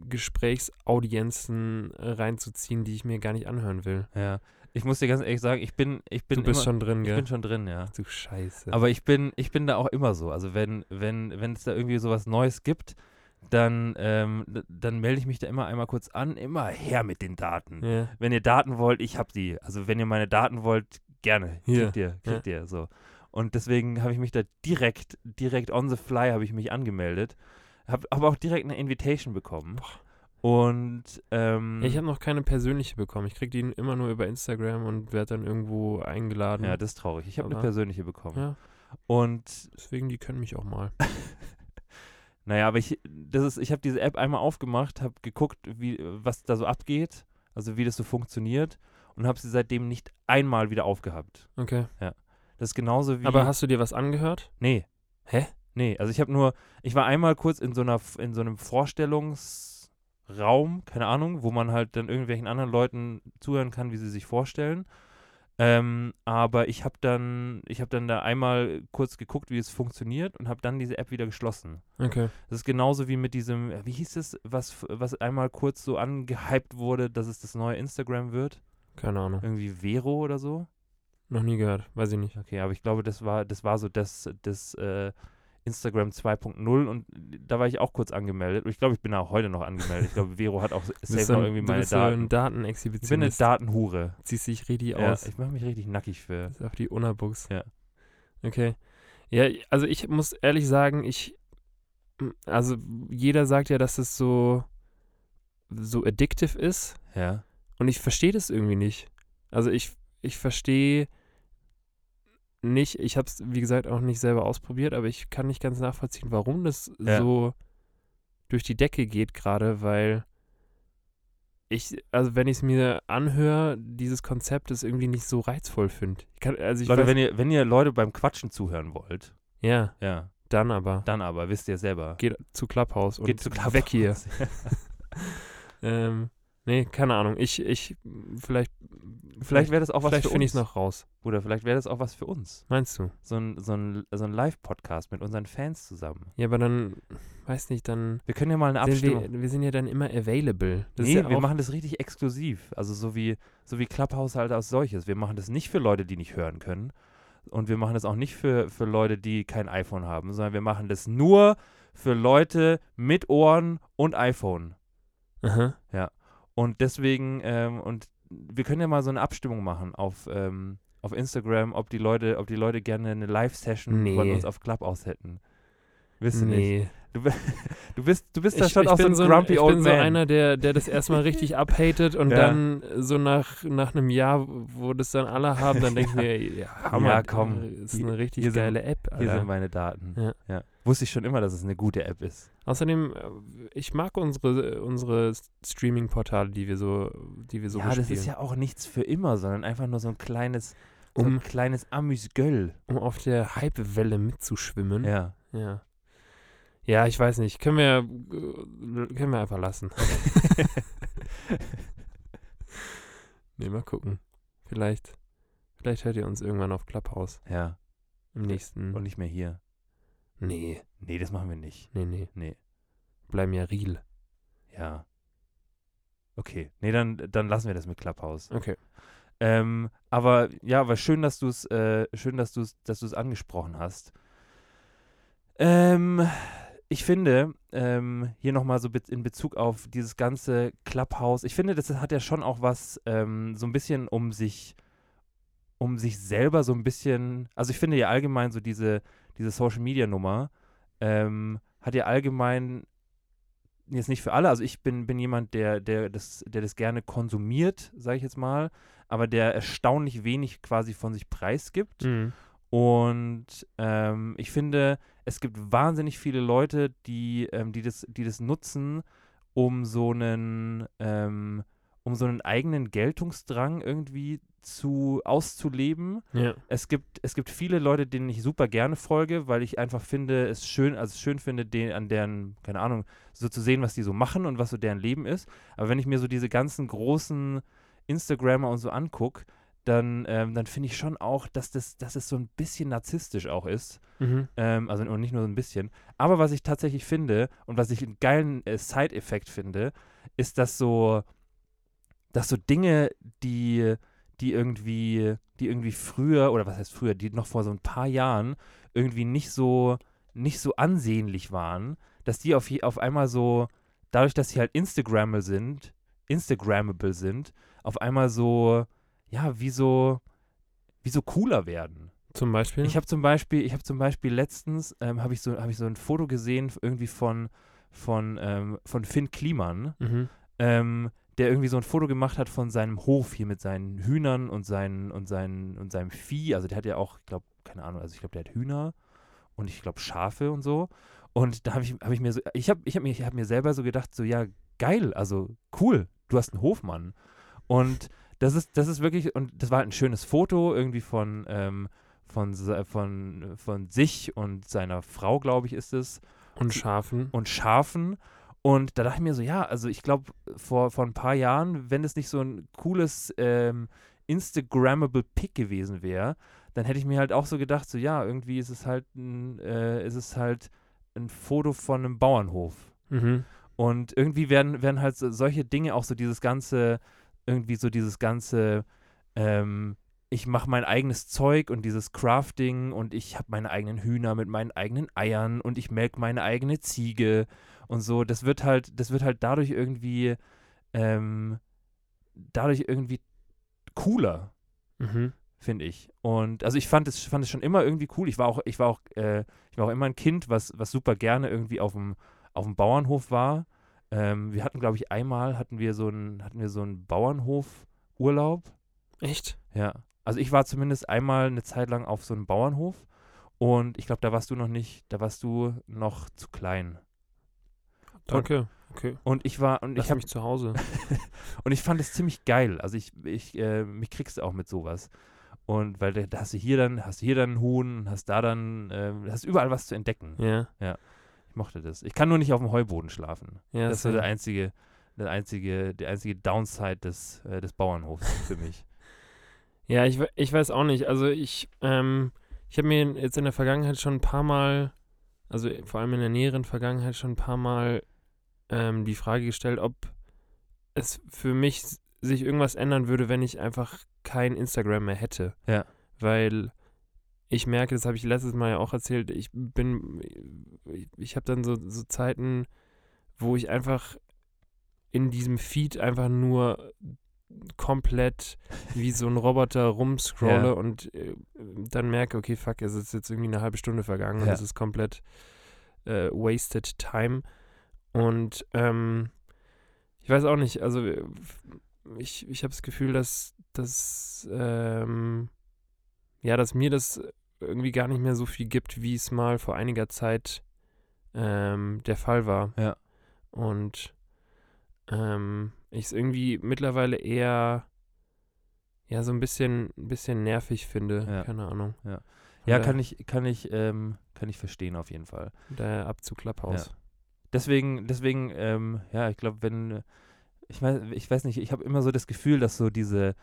[SPEAKER 3] Gesprächsaudienzen äh, reinzuziehen, die ich mir gar nicht anhören will.
[SPEAKER 2] Ja. Ich muss dir ganz ehrlich sagen, ich bin, ich bin
[SPEAKER 3] Du bist
[SPEAKER 2] immer,
[SPEAKER 3] schon drin,
[SPEAKER 2] ich
[SPEAKER 3] gell?
[SPEAKER 2] bin schon drin, ja.
[SPEAKER 3] Du Scheiße.
[SPEAKER 2] Aber ich bin, ich bin da auch immer so. Also wenn, wenn, wenn es da irgendwie sowas Neues gibt, dann, ähm, d- dann melde ich mich da immer einmal kurz an. Immer her mit den Daten.
[SPEAKER 3] ja.
[SPEAKER 2] Wenn ihr Daten wollt, ich hab die. Also wenn ihr meine Daten wollt, gerne.
[SPEAKER 3] Hier,
[SPEAKER 2] Kriegt ihr, kriegt ihr so. Und deswegen habe ich mich da direkt, direkt on the fly habe ich mich angemeldet. Habe aber auch direkt eine Invitation bekommen. Und ähm,
[SPEAKER 3] Ich habe noch keine persönliche bekommen. Ich krieg die immer nur über Instagram und werde dann irgendwo eingeladen.
[SPEAKER 2] ja, das ist traurig. Ich habe eine
[SPEAKER 3] Aber-
[SPEAKER 2] persönliche bekommen.
[SPEAKER 3] Ja,
[SPEAKER 2] Und
[SPEAKER 3] deswegen, die können mich auch mal.
[SPEAKER 2] Naja, aber ich, das ist, ich habe diese App einmal aufgemacht, habe geguckt, wie, was da so abgeht, also wie das so funktioniert und habe sie seitdem nicht einmal wieder aufgehabt.
[SPEAKER 3] Okay.
[SPEAKER 2] Das ist genauso wie.
[SPEAKER 3] Aber hast du dir was angehört?
[SPEAKER 2] nee.
[SPEAKER 3] Hä?
[SPEAKER 2] Nee, also ich habe nur, ich war einmal kurz in so einer, in so einem Vorstellungsraum, keine Ahnung, wo man halt dann irgendwelchen anderen Leuten zuhören kann, wie sie sich vorstellen. Ähm, aber ich habe dann, ich habe dann da einmal kurz geguckt, wie es funktioniert und habe dann diese App wieder geschlossen.
[SPEAKER 3] Okay.
[SPEAKER 2] Das ist genauso wie mit diesem, äh, wie hieß es, was, f- was einmal kurz so angehypt wurde, dass es das neue Instagram wird?
[SPEAKER 3] Keine Ahnung.
[SPEAKER 2] Irgendwie Vero oder so?
[SPEAKER 3] Noch nie gehört. Weiß ich nicht.
[SPEAKER 2] Okay, aber ich glaube, das war, das war so das, das äh, Instagram 2.0 und da war ich auch kurz angemeldet. Und ich glaube, ich bin auch heute noch angemeldet. Ich glaube, Vero hat auch s-
[SPEAKER 3] Du bist
[SPEAKER 2] safe noch
[SPEAKER 3] ein-
[SPEAKER 2] irgendwie
[SPEAKER 3] du
[SPEAKER 2] meine
[SPEAKER 3] bist so
[SPEAKER 2] Daten. Ich bin eine
[SPEAKER 3] ein Datenexhibitionist.
[SPEAKER 2] Datenhure.
[SPEAKER 3] Ziehst dich richtig
[SPEAKER 2] Ja,
[SPEAKER 3] aus.
[SPEAKER 2] ich mache mich richtig nackig für.
[SPEAKER 3] Bis auf die Unabuchs.
[SPEAKER 2] Ja.
[SPEAKER 3] Okay. Ja, also ich muss ehrlich sagen, ich. Also jeder sagt ja, dass es so. so addictive ist.
[SPEAKER 2] Ja.
[SPEAKER 3] Und ich verstehe das irgendwie nicht. Also ich, ich verstehe nicht, ich habe es, wie gesagt, auch nicht selber ausprobiert, aber ich kann nicht ganz nachvollziehen, warum das
[SPEAKER 2] Ja.
[SPEAKER 3] so durch die Decke geht gerade, weil ich, also wenn ich es mir anhöre, dieses Konzept ist irgendwie nicht so reizvoll finde. Also ich
[SPEAKER 2] Leute,
[SPEAKER 3] weiß,
[SPEAKER 2] wenn ihr, wenn ihr Leute beim Quatschen zuhören wollt,
[SPEAKER 3] ja,
[SPEAKER 2] ja,
[SPEAKER 3] dann aber.
[SPEAKER 2] dann aber, wisst ihr selber.
[SPEAKER 3] Geht zu Clubhouse und
[SPEAKER 2] Geht zu Clubhouse.
[SPEAKER 3] weg hier. Ähm, nee, keine Ahnung. Ich, ich, vielleicht,
[SPEAKER 2] Vielleicht wäre das auch was
[SPEAKER 3] vielleicht
[SPEAKER 2] für
[SPEAKER 3] finde ich
[SPEAKER 2] uns.
[SPEAKER 3] es noch raus.
[SPEAKER 2] Bruder, vielleicht wäre das auch was für uns.
[SPEAKER 3] Meinst du?
[SPEAKER 2] So ein, so ein, so ein Live-Podcast mit unseren Fans zusammen.
[SPEAKER 3] Ja, aber dann, weiß nicht, dann
[SPEAKER 2] Wir können ja mal eine
[SPEAKER 3] sind
[SPEAKER 2] Abstimmung.
[SPEAKER 3] wir, wir sind ja dann immer available. Das
[SPEAKER 2] nee,
[SPEAKER 3] ist ja
[SPEAKER 2] wir
[SPEAKER 3] auch,
[SPEAKER 2] machen das richtig exklusiv. Also so wie, so wie Clubhouse halt als solches. Wir machen das nicht für Leute, die nicht hören können. Und wir machen das auch nicht für, für Leute, die kein iPhone haben, sondern wir machen das nur für Leute mit Ohren und iPhone.
[SPEAKER 3] Aha.
[SPEAKER 2] Und deswegen, ähm, und wir können ja mal so eine Abstimmung machen auf, ähm, auf Instagram, ob die Leute, ob die Leute gerne eine Live-Session
[SPEAKER 3] Nee.
[SPEAKER 2] von uns auf Clubhouse hätten. Wisst ihr nicht?
[SPEAKER 3] nee.
[SPEAKER 2] Du bist, du bist da
[SPEAKER 3] Ich,
[SPEAKER 2] schon
[SPEAKER 3] ich
[SPEAKER 2] auch so
[SPEAKER 3] bin
[SPEAKER 2] ein
[SPEAKER 3] so, ein,
[SPEAKER 2] grumpy
[SPEAKER 3] ich
[SPEAKER 2] old
[SPEAKER 3] bin so
[SPEAKER 2] man.
[SPEAKER 3] einer, der, der das erstmal richtig abhatet und
[SPEAKER 2] Ja.
[SPEAKER 3] dann so nach, nach einem Jahr, wo das dann alle haben, dann denke ich mir, ja, Hammer,
[SPEAKER 2] Ja, komm.
[SPEAKER 3] ist eine richtig
[SPEAKER 2] hier sind-
[SPEAKER 3] geile App.
[SPEAKER 2] Hier
[SPEAKER 3] Alter.
[SPEAKER 2] sind meine Daten.
[SPEAKER 3] Ja.
[SPEAKER 2] Wusste ich schon immer, dass es eine gute App ist.
[SPEAKER 3] Außerdem, äh, ich mag unsere, unsere Streaming-Portale, die wir so, die wir so
[SPEAKER 2] ja,
[SPEAKER 3] bespielen.
[SPEAKER 2] das ist ja auch nichts für immer, sondern einfach nur so ein kleines, so ein
[SPEAKER 3] um,
[SPEAKER 2] kleines Amüsgöl.
[SPEAKER 3] um auf der Hype-Welle mitzuschwimmen.
[SPEAKER 2] Ja.
[SPEAKER 3] Ja. Ja, ich weiß nicht. Können wir, äh, können wir einfach lassen. nee, mal gucken. Vielleicht, vielleicht hört ihr uns irgendwann auf Clubhouse
[SPEAKER 2] Ja.
[SPEAKER 3] im nächsten.
[SPEAKER 2] Und nicht mehr hier.
[SPEAKER 3] nee,
[SPEAKER 2] Nee, das machen wir nicht.
[SPEAKER 3] nee, nee.
[SPEAKER 2] Nee.
[SPEAKER 3] Bleiben ja real.
[SPEAKER 2] Ja. Okay. Nee, dann, dann lassen wir das mit Clubhouse.
[SPEAKER 3] Okay.
[SPEAKER 2] Ähm, aber ja, aber schön, dass du es, äh, schön, dass du es, dass du es angesprochen hast. Ähm, ich finde, ähm, hier nochmal so be- in Bezug auf dieses ganze Clubhouse, ich finde, das hat ja schon auch was, ähm, so ein bisschen um sich, um sich selber so ein bisschen, also ich finde ja allgemein so diese, diese Social Media Nummer, ähm, hat ja allgemein jetzt nicht für alle, also ich bin, bin jemand, der, der das, der das gerne konsumiert, sage ich jetzt mal, aber der erstaunlich wenig quasi von sich preisgibt.
[SPEAKER 3] Mhm.
[SPEAKER 2] Und ähm, ich finde, es gibt wahnsinnig viele Leute, die, ähm, die, das, die das nutzen, um so einen, ähm, um so einen eigenen Geltungsdrang irgendwie zu auszuleben.
[SPEAKER 3] Ja.
[SPEAKER 2] Es gibt, es gibt viele Leute, denen ich super gerne folge, weil ich einfach finde, es schön, also es schön finde, den, an deren, keine Ahnung, so zu sehen, was die so machen und was so deren Leben ist. Aber wenn ich mir so diese ganzen großen Instagrammer und so angucke, dann, ähm, dann finde ich schon auch, dass das, dass es so ein bisschen narzisstisch auch ist.
[SPEAKER 3] Mhm.
[SPEAKER 2] Ähm, also und nicht nur so ein bisschen. Aber was ich tatsächlich finde und was ich einen geilen äh, Side-Effekt finde, ist, dass so, dass so Dinge, die, die irgendwie, die irgendwie früher, oder was heißt früher, die noch vor so ein paar Jahren irgendwie nicht so, nicht so ansehnlich waren, dass die auf, je- auf einmal so, dadurch, dass sie halt Instagrammable sind, Instagrammable sind, auf einmal so, ja, wie so, wie so cooler werden.
[SPEAKER 3] Zum Beispiel?
[SPEAKER 2] Ich habe zum Beispiel, ich habe zum Beispiel letztens ähm, habe ich so habe ich so ein Foto gesehen f- irgendwie von von ähm, von Finn Kliman,
[SPEAKER 3] mhm.
[SPEAKER 2] ähm, der irgendwie so ein Foto gemacht hat von seinem Hof hier mit seinen Hühnern und seinen und seinen und seinem Vieh. Also der hat ja auch, ich glaube, keine Ahnung, also ich glaube, der hat Hühner und ich glaube Schafe und so. Und da habe ich habe ich mir so ich habe ich habe mir ich habe mir selber so gedacht so ja geil, also cool, du hast einen Hofmann und das ist, das ist wirklich, und das war halt ein schönes Foto irgendwie von, ähm, von, se- von, von sich und seiner Frau, glaube ich, ist es
[SPEAKER 3] Und Schafen.
[SPEAKER 2] und Schafen. Und da dachte ich mir so, ja, also ich glaube, vor, vor ein paar Jahren, wenn es nicht so ein cooles ähm, Instagrammable Pick gewesen wäre, dann hätte ich mir halt auch so gedacht, so ja, irgendwie ist es halt ein, äh, ist es halt ein Foto von einem Bauernhof.
[SPEAKER 3] Mhm.
[SPEAKER 2] Und irgendwie werden, werden halt so- solche Dinge auch so dieses ganze, irgendwie so dieses ganze, ähm, ich mache mein eigenes Zeug und dieses Crafting und ich habe meine eigenen Hühner mit meinen eigenen Eiern und ich melke meine eigene Ziege und so. Das wird halt, das wird halt dadurch irgendwie, ähm, dadurch irgendwie cooler
[SPEAKER 3] Mhm.
[SPEAKER 2] finde ich. Und also ich fand es, fand es schon immer irgendwie cool. Ich war auch, ich war auch, äh, ich war auch immer ein Kind, was, was super gerne irgendwie auf dem, auf dem Bauernhof war. Ähm, wir hatten, glaube ich, einmal hatten wir so einen, hatten wir so einen Bauernhof-Urlaub.
[SPEAKER 3] Echt?
[SPEAKER 2] Ja. Also ich war zumindest einmal eine Zeit lang auf so einem Bauernhof und ich glaube, da warst du noch nicht, da warst du noch zu klein.
[SPEAKER 3] Danke. Okay.
[SPEAKER 2] Und ich war, und
[SPEAKER 3] Lass
[SPEAKER 2] ich habe
[SPEAKER 3] mich zu Hause.
[SPEAKER 2] Und ich fand es ziemlich geil. Also ich, ich, äh, mich kriegst du auch mit sowas. Und weil da da hast du hier dann, hast du hier dann einen Huhn, hast da dann, äh, hast überall was zu entdecken.
[SPEAKER 3] ja.
[SPEAKER 2] Ich mochte das. Ich kann nur nicht auf dem Heuboden schlafen.
[SPEAKER 3] ja
[SPEAKER 2] Das ist so
[SPEAKER 3] sehr.
[SPEAKER 2] der einzige, der einzige, der einzige Downside des, äh, des Bauernhofs für mich.
[SPEAKER 3] Ja, ich, we- ich weiß auch nicht. Also ich, ähm, ich habe mir jetzt in der Vergangenheit schon ein paar Mal, also vor allem in der näheren Vergangenheit schon ein paar Mal ähm, die Frage gestellt, ob es für mich s- sich irgendwas ändern würde, wenn ich einfach kein Instagram mehr hätte.
[SPEAKER 2] Ja.
[SPEAKER 3] Weil ich merke, das habe ich letztes Mal ja auch erzählt, ich bin, ich, ich habe dann so, so Zeiten, wo ich einfach in diesem Feed einfach nur komplett wie so ein Roboter rumscrolle
[SPEAKER 2] Ja.
[SPEAKER 3] und äh, dann merke, okay, fuck, es ist jetzt irgendwie eine halbe Stunde vergangen und
[SPEAKER 2] Ja.
[SPEAKER 3] es ist komplett äh, wasted time. Und ähm, ich weiß auch nicht, also äh, ich, ich habe das Gefühl, dass, dass, ähm, ja, dass mir das irgendwie gar nicht mehr so viel gibt, wie es mal vor einiger Zeit ähm, der Fall war.
[SPEAKER 2] Ja.
[SPEAKER 3] Und ähm, ich es irgendwie mittlerweile eher ja so ein bisschen, ein bisschen nervig finde.
[SPEAKER 2] Ja.
[SPEAKER 3] Keine Ahnung.
[SPEAKER 2] Ja.
[SPEAKER 3] Von
[SPEAKER 2] Ja,
[SPEAKER 3] da-
[SPEAKER 2] kann ich, kann ich, ähm, kann ich verstehen auf jeden Fall.
[SPEAKER 3] Daher ab zu Clubhouse.
[SPEAKER 2] Deswegen, deswegen, ähm, ja, ich glaube, wenn, ich weiß, ich weiß nicht, ich habe immer so das Gefühl, dass so diese,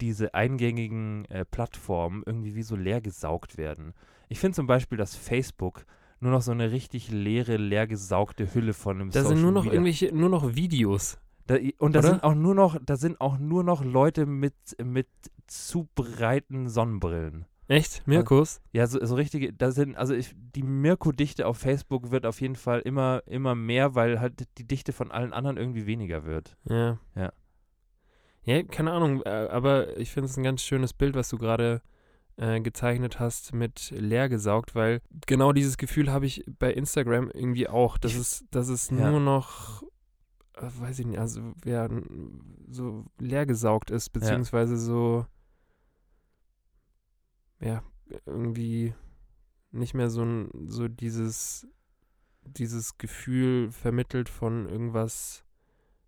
[SPEAKER 2] diese eingängigen äh, Plattformen irgendwie wie so leer gesaugt werden. Ich finde zum Beispiel, dass Facebook nur noch so eine richtig leere, leer gesaugte Hülle von einem
[SPEAKER 3] Da
[SPEAKER 2] Social
[SPEAKER 3] sind nur noch
[SPEAKER 2] Media.
[SPEAKER 3] irgendwelche, nur noch Videos.
[SPEAKER 2] Da, und da
[SPEAKER 3] Oder?
[SPEAKER 2] sind auch nur noch, da sind auch nur noch Leute mit, mit zu breiten Sonnenbrillen.
[SPEAKER 3] Echt? Mirkus?
[SPEAKER 2] Ja, so, so richtige, da sind, also ich, die Mirko-Dichte auf Facebook wird auf jeden Fall immer, immer mehr, weil halt die Dichte von allen anderen irgendwie weniger wird.
[SPEAKER 3] Ja.
[SPEAKER 2] Ja.
[SPEAKER 3] Ja, keine Ahnung, äh, aber ich finde es ein ganz schönes Bild, was du gerade äh, gezeichnet hast, mit leer gesaugt, weil genau dieses Gefühl habe ich bei Instagram irgendwie auch, dass
[SPEAKER 2] Ich-
[SPEAKER 3] es, dass es
[SPEAKER 2] Ja.
[SPEAKER 3] nur noch, äh, weiß ich nicht, also ja, n- so leer gesaugt ist, beziehungsweise so, ja, irgendwie nicht mehr so, ein- so dieses, dieses Gefühl vermittelt von irgendwas,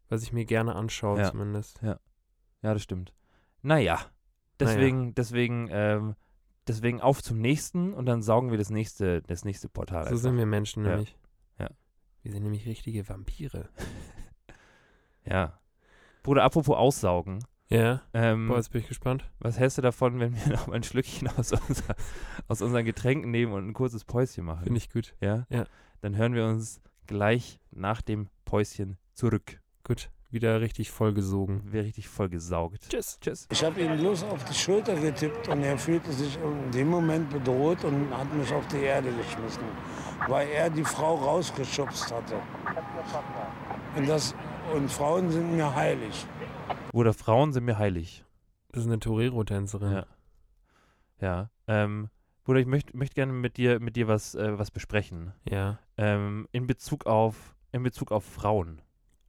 [SPEAKER 3] was ich mir gerne anschaue
[SPEAKER 2] Ja.
[SPEAKER 3] zumindest.
[SPEAKER 2] Ja, das stimmt. Naja,
[SPEAKER 3] Naja.
[SPEAKER 2] deswegen, deswegen, ähm, deswegen auf zum nächsten und dann saugen wir das nächste, das nächste Portal.
[SPEAKER 3] So sind wir Menschen
[SPEAKER 2] Ja.
[SPEAKER 3] nämlich.
[SPEAKER 2] Ja.
[SPEAKER 3] Wir sind nämlich richtige Vampire.
[SPEAKER 2] Ja. Bruder, apropos aussaugen.
[SPEAKER 3] Ja,
[SPEAKER 2] Ähm,
[SPEAKER 3] boah, jetzt bin ich gespannt.
[SPEAKER 2] was hältst du davon, wenn wir noch mal ein Schlückchen aus, unser, aus unseren Getränken nehmen und ein kurzes Päuschen machen?
[SPEAKER 3] Finde ich gut.
[SPEAKER 2] Ja?
[SPEAKER 3] Ja.
[SPEAKER 2] Dann hören wir uns gleich nach dem Päuschen zurück.
[SPEAKER 3] Gut. wieder richtig vollgesogen.
[SPEAKER 2] Wäre richtig voll gesaugt.
[SPEAKER 3] Tschüss.
[SPEAKER 2] Tschüss.
[SPEAKER 4] Ich habe ihn bloß auf die Schulter getippt und er fühlte sich in dem Moment bedroht und hat mich auf die Erde geschmissen, weil er die Frau rausgeschubst hatte. Und, das, und Frauen sind mir heilig.
[SPEAKER 2] Bruder, Frauen sind mir heilig.
[SPEAKER 3] Das ist eine Torero-Tänzerin.
[SPEAKER 2] Ja. Ja. Ähm, Bruder, ich möchte möcht gerne mit dir, mit dir was, äh, was besprechen.
[SPEAKER 3] Ja.
[SPEAKER 2] Ähm, in, Bezug auf, in Bezug auf Frauen.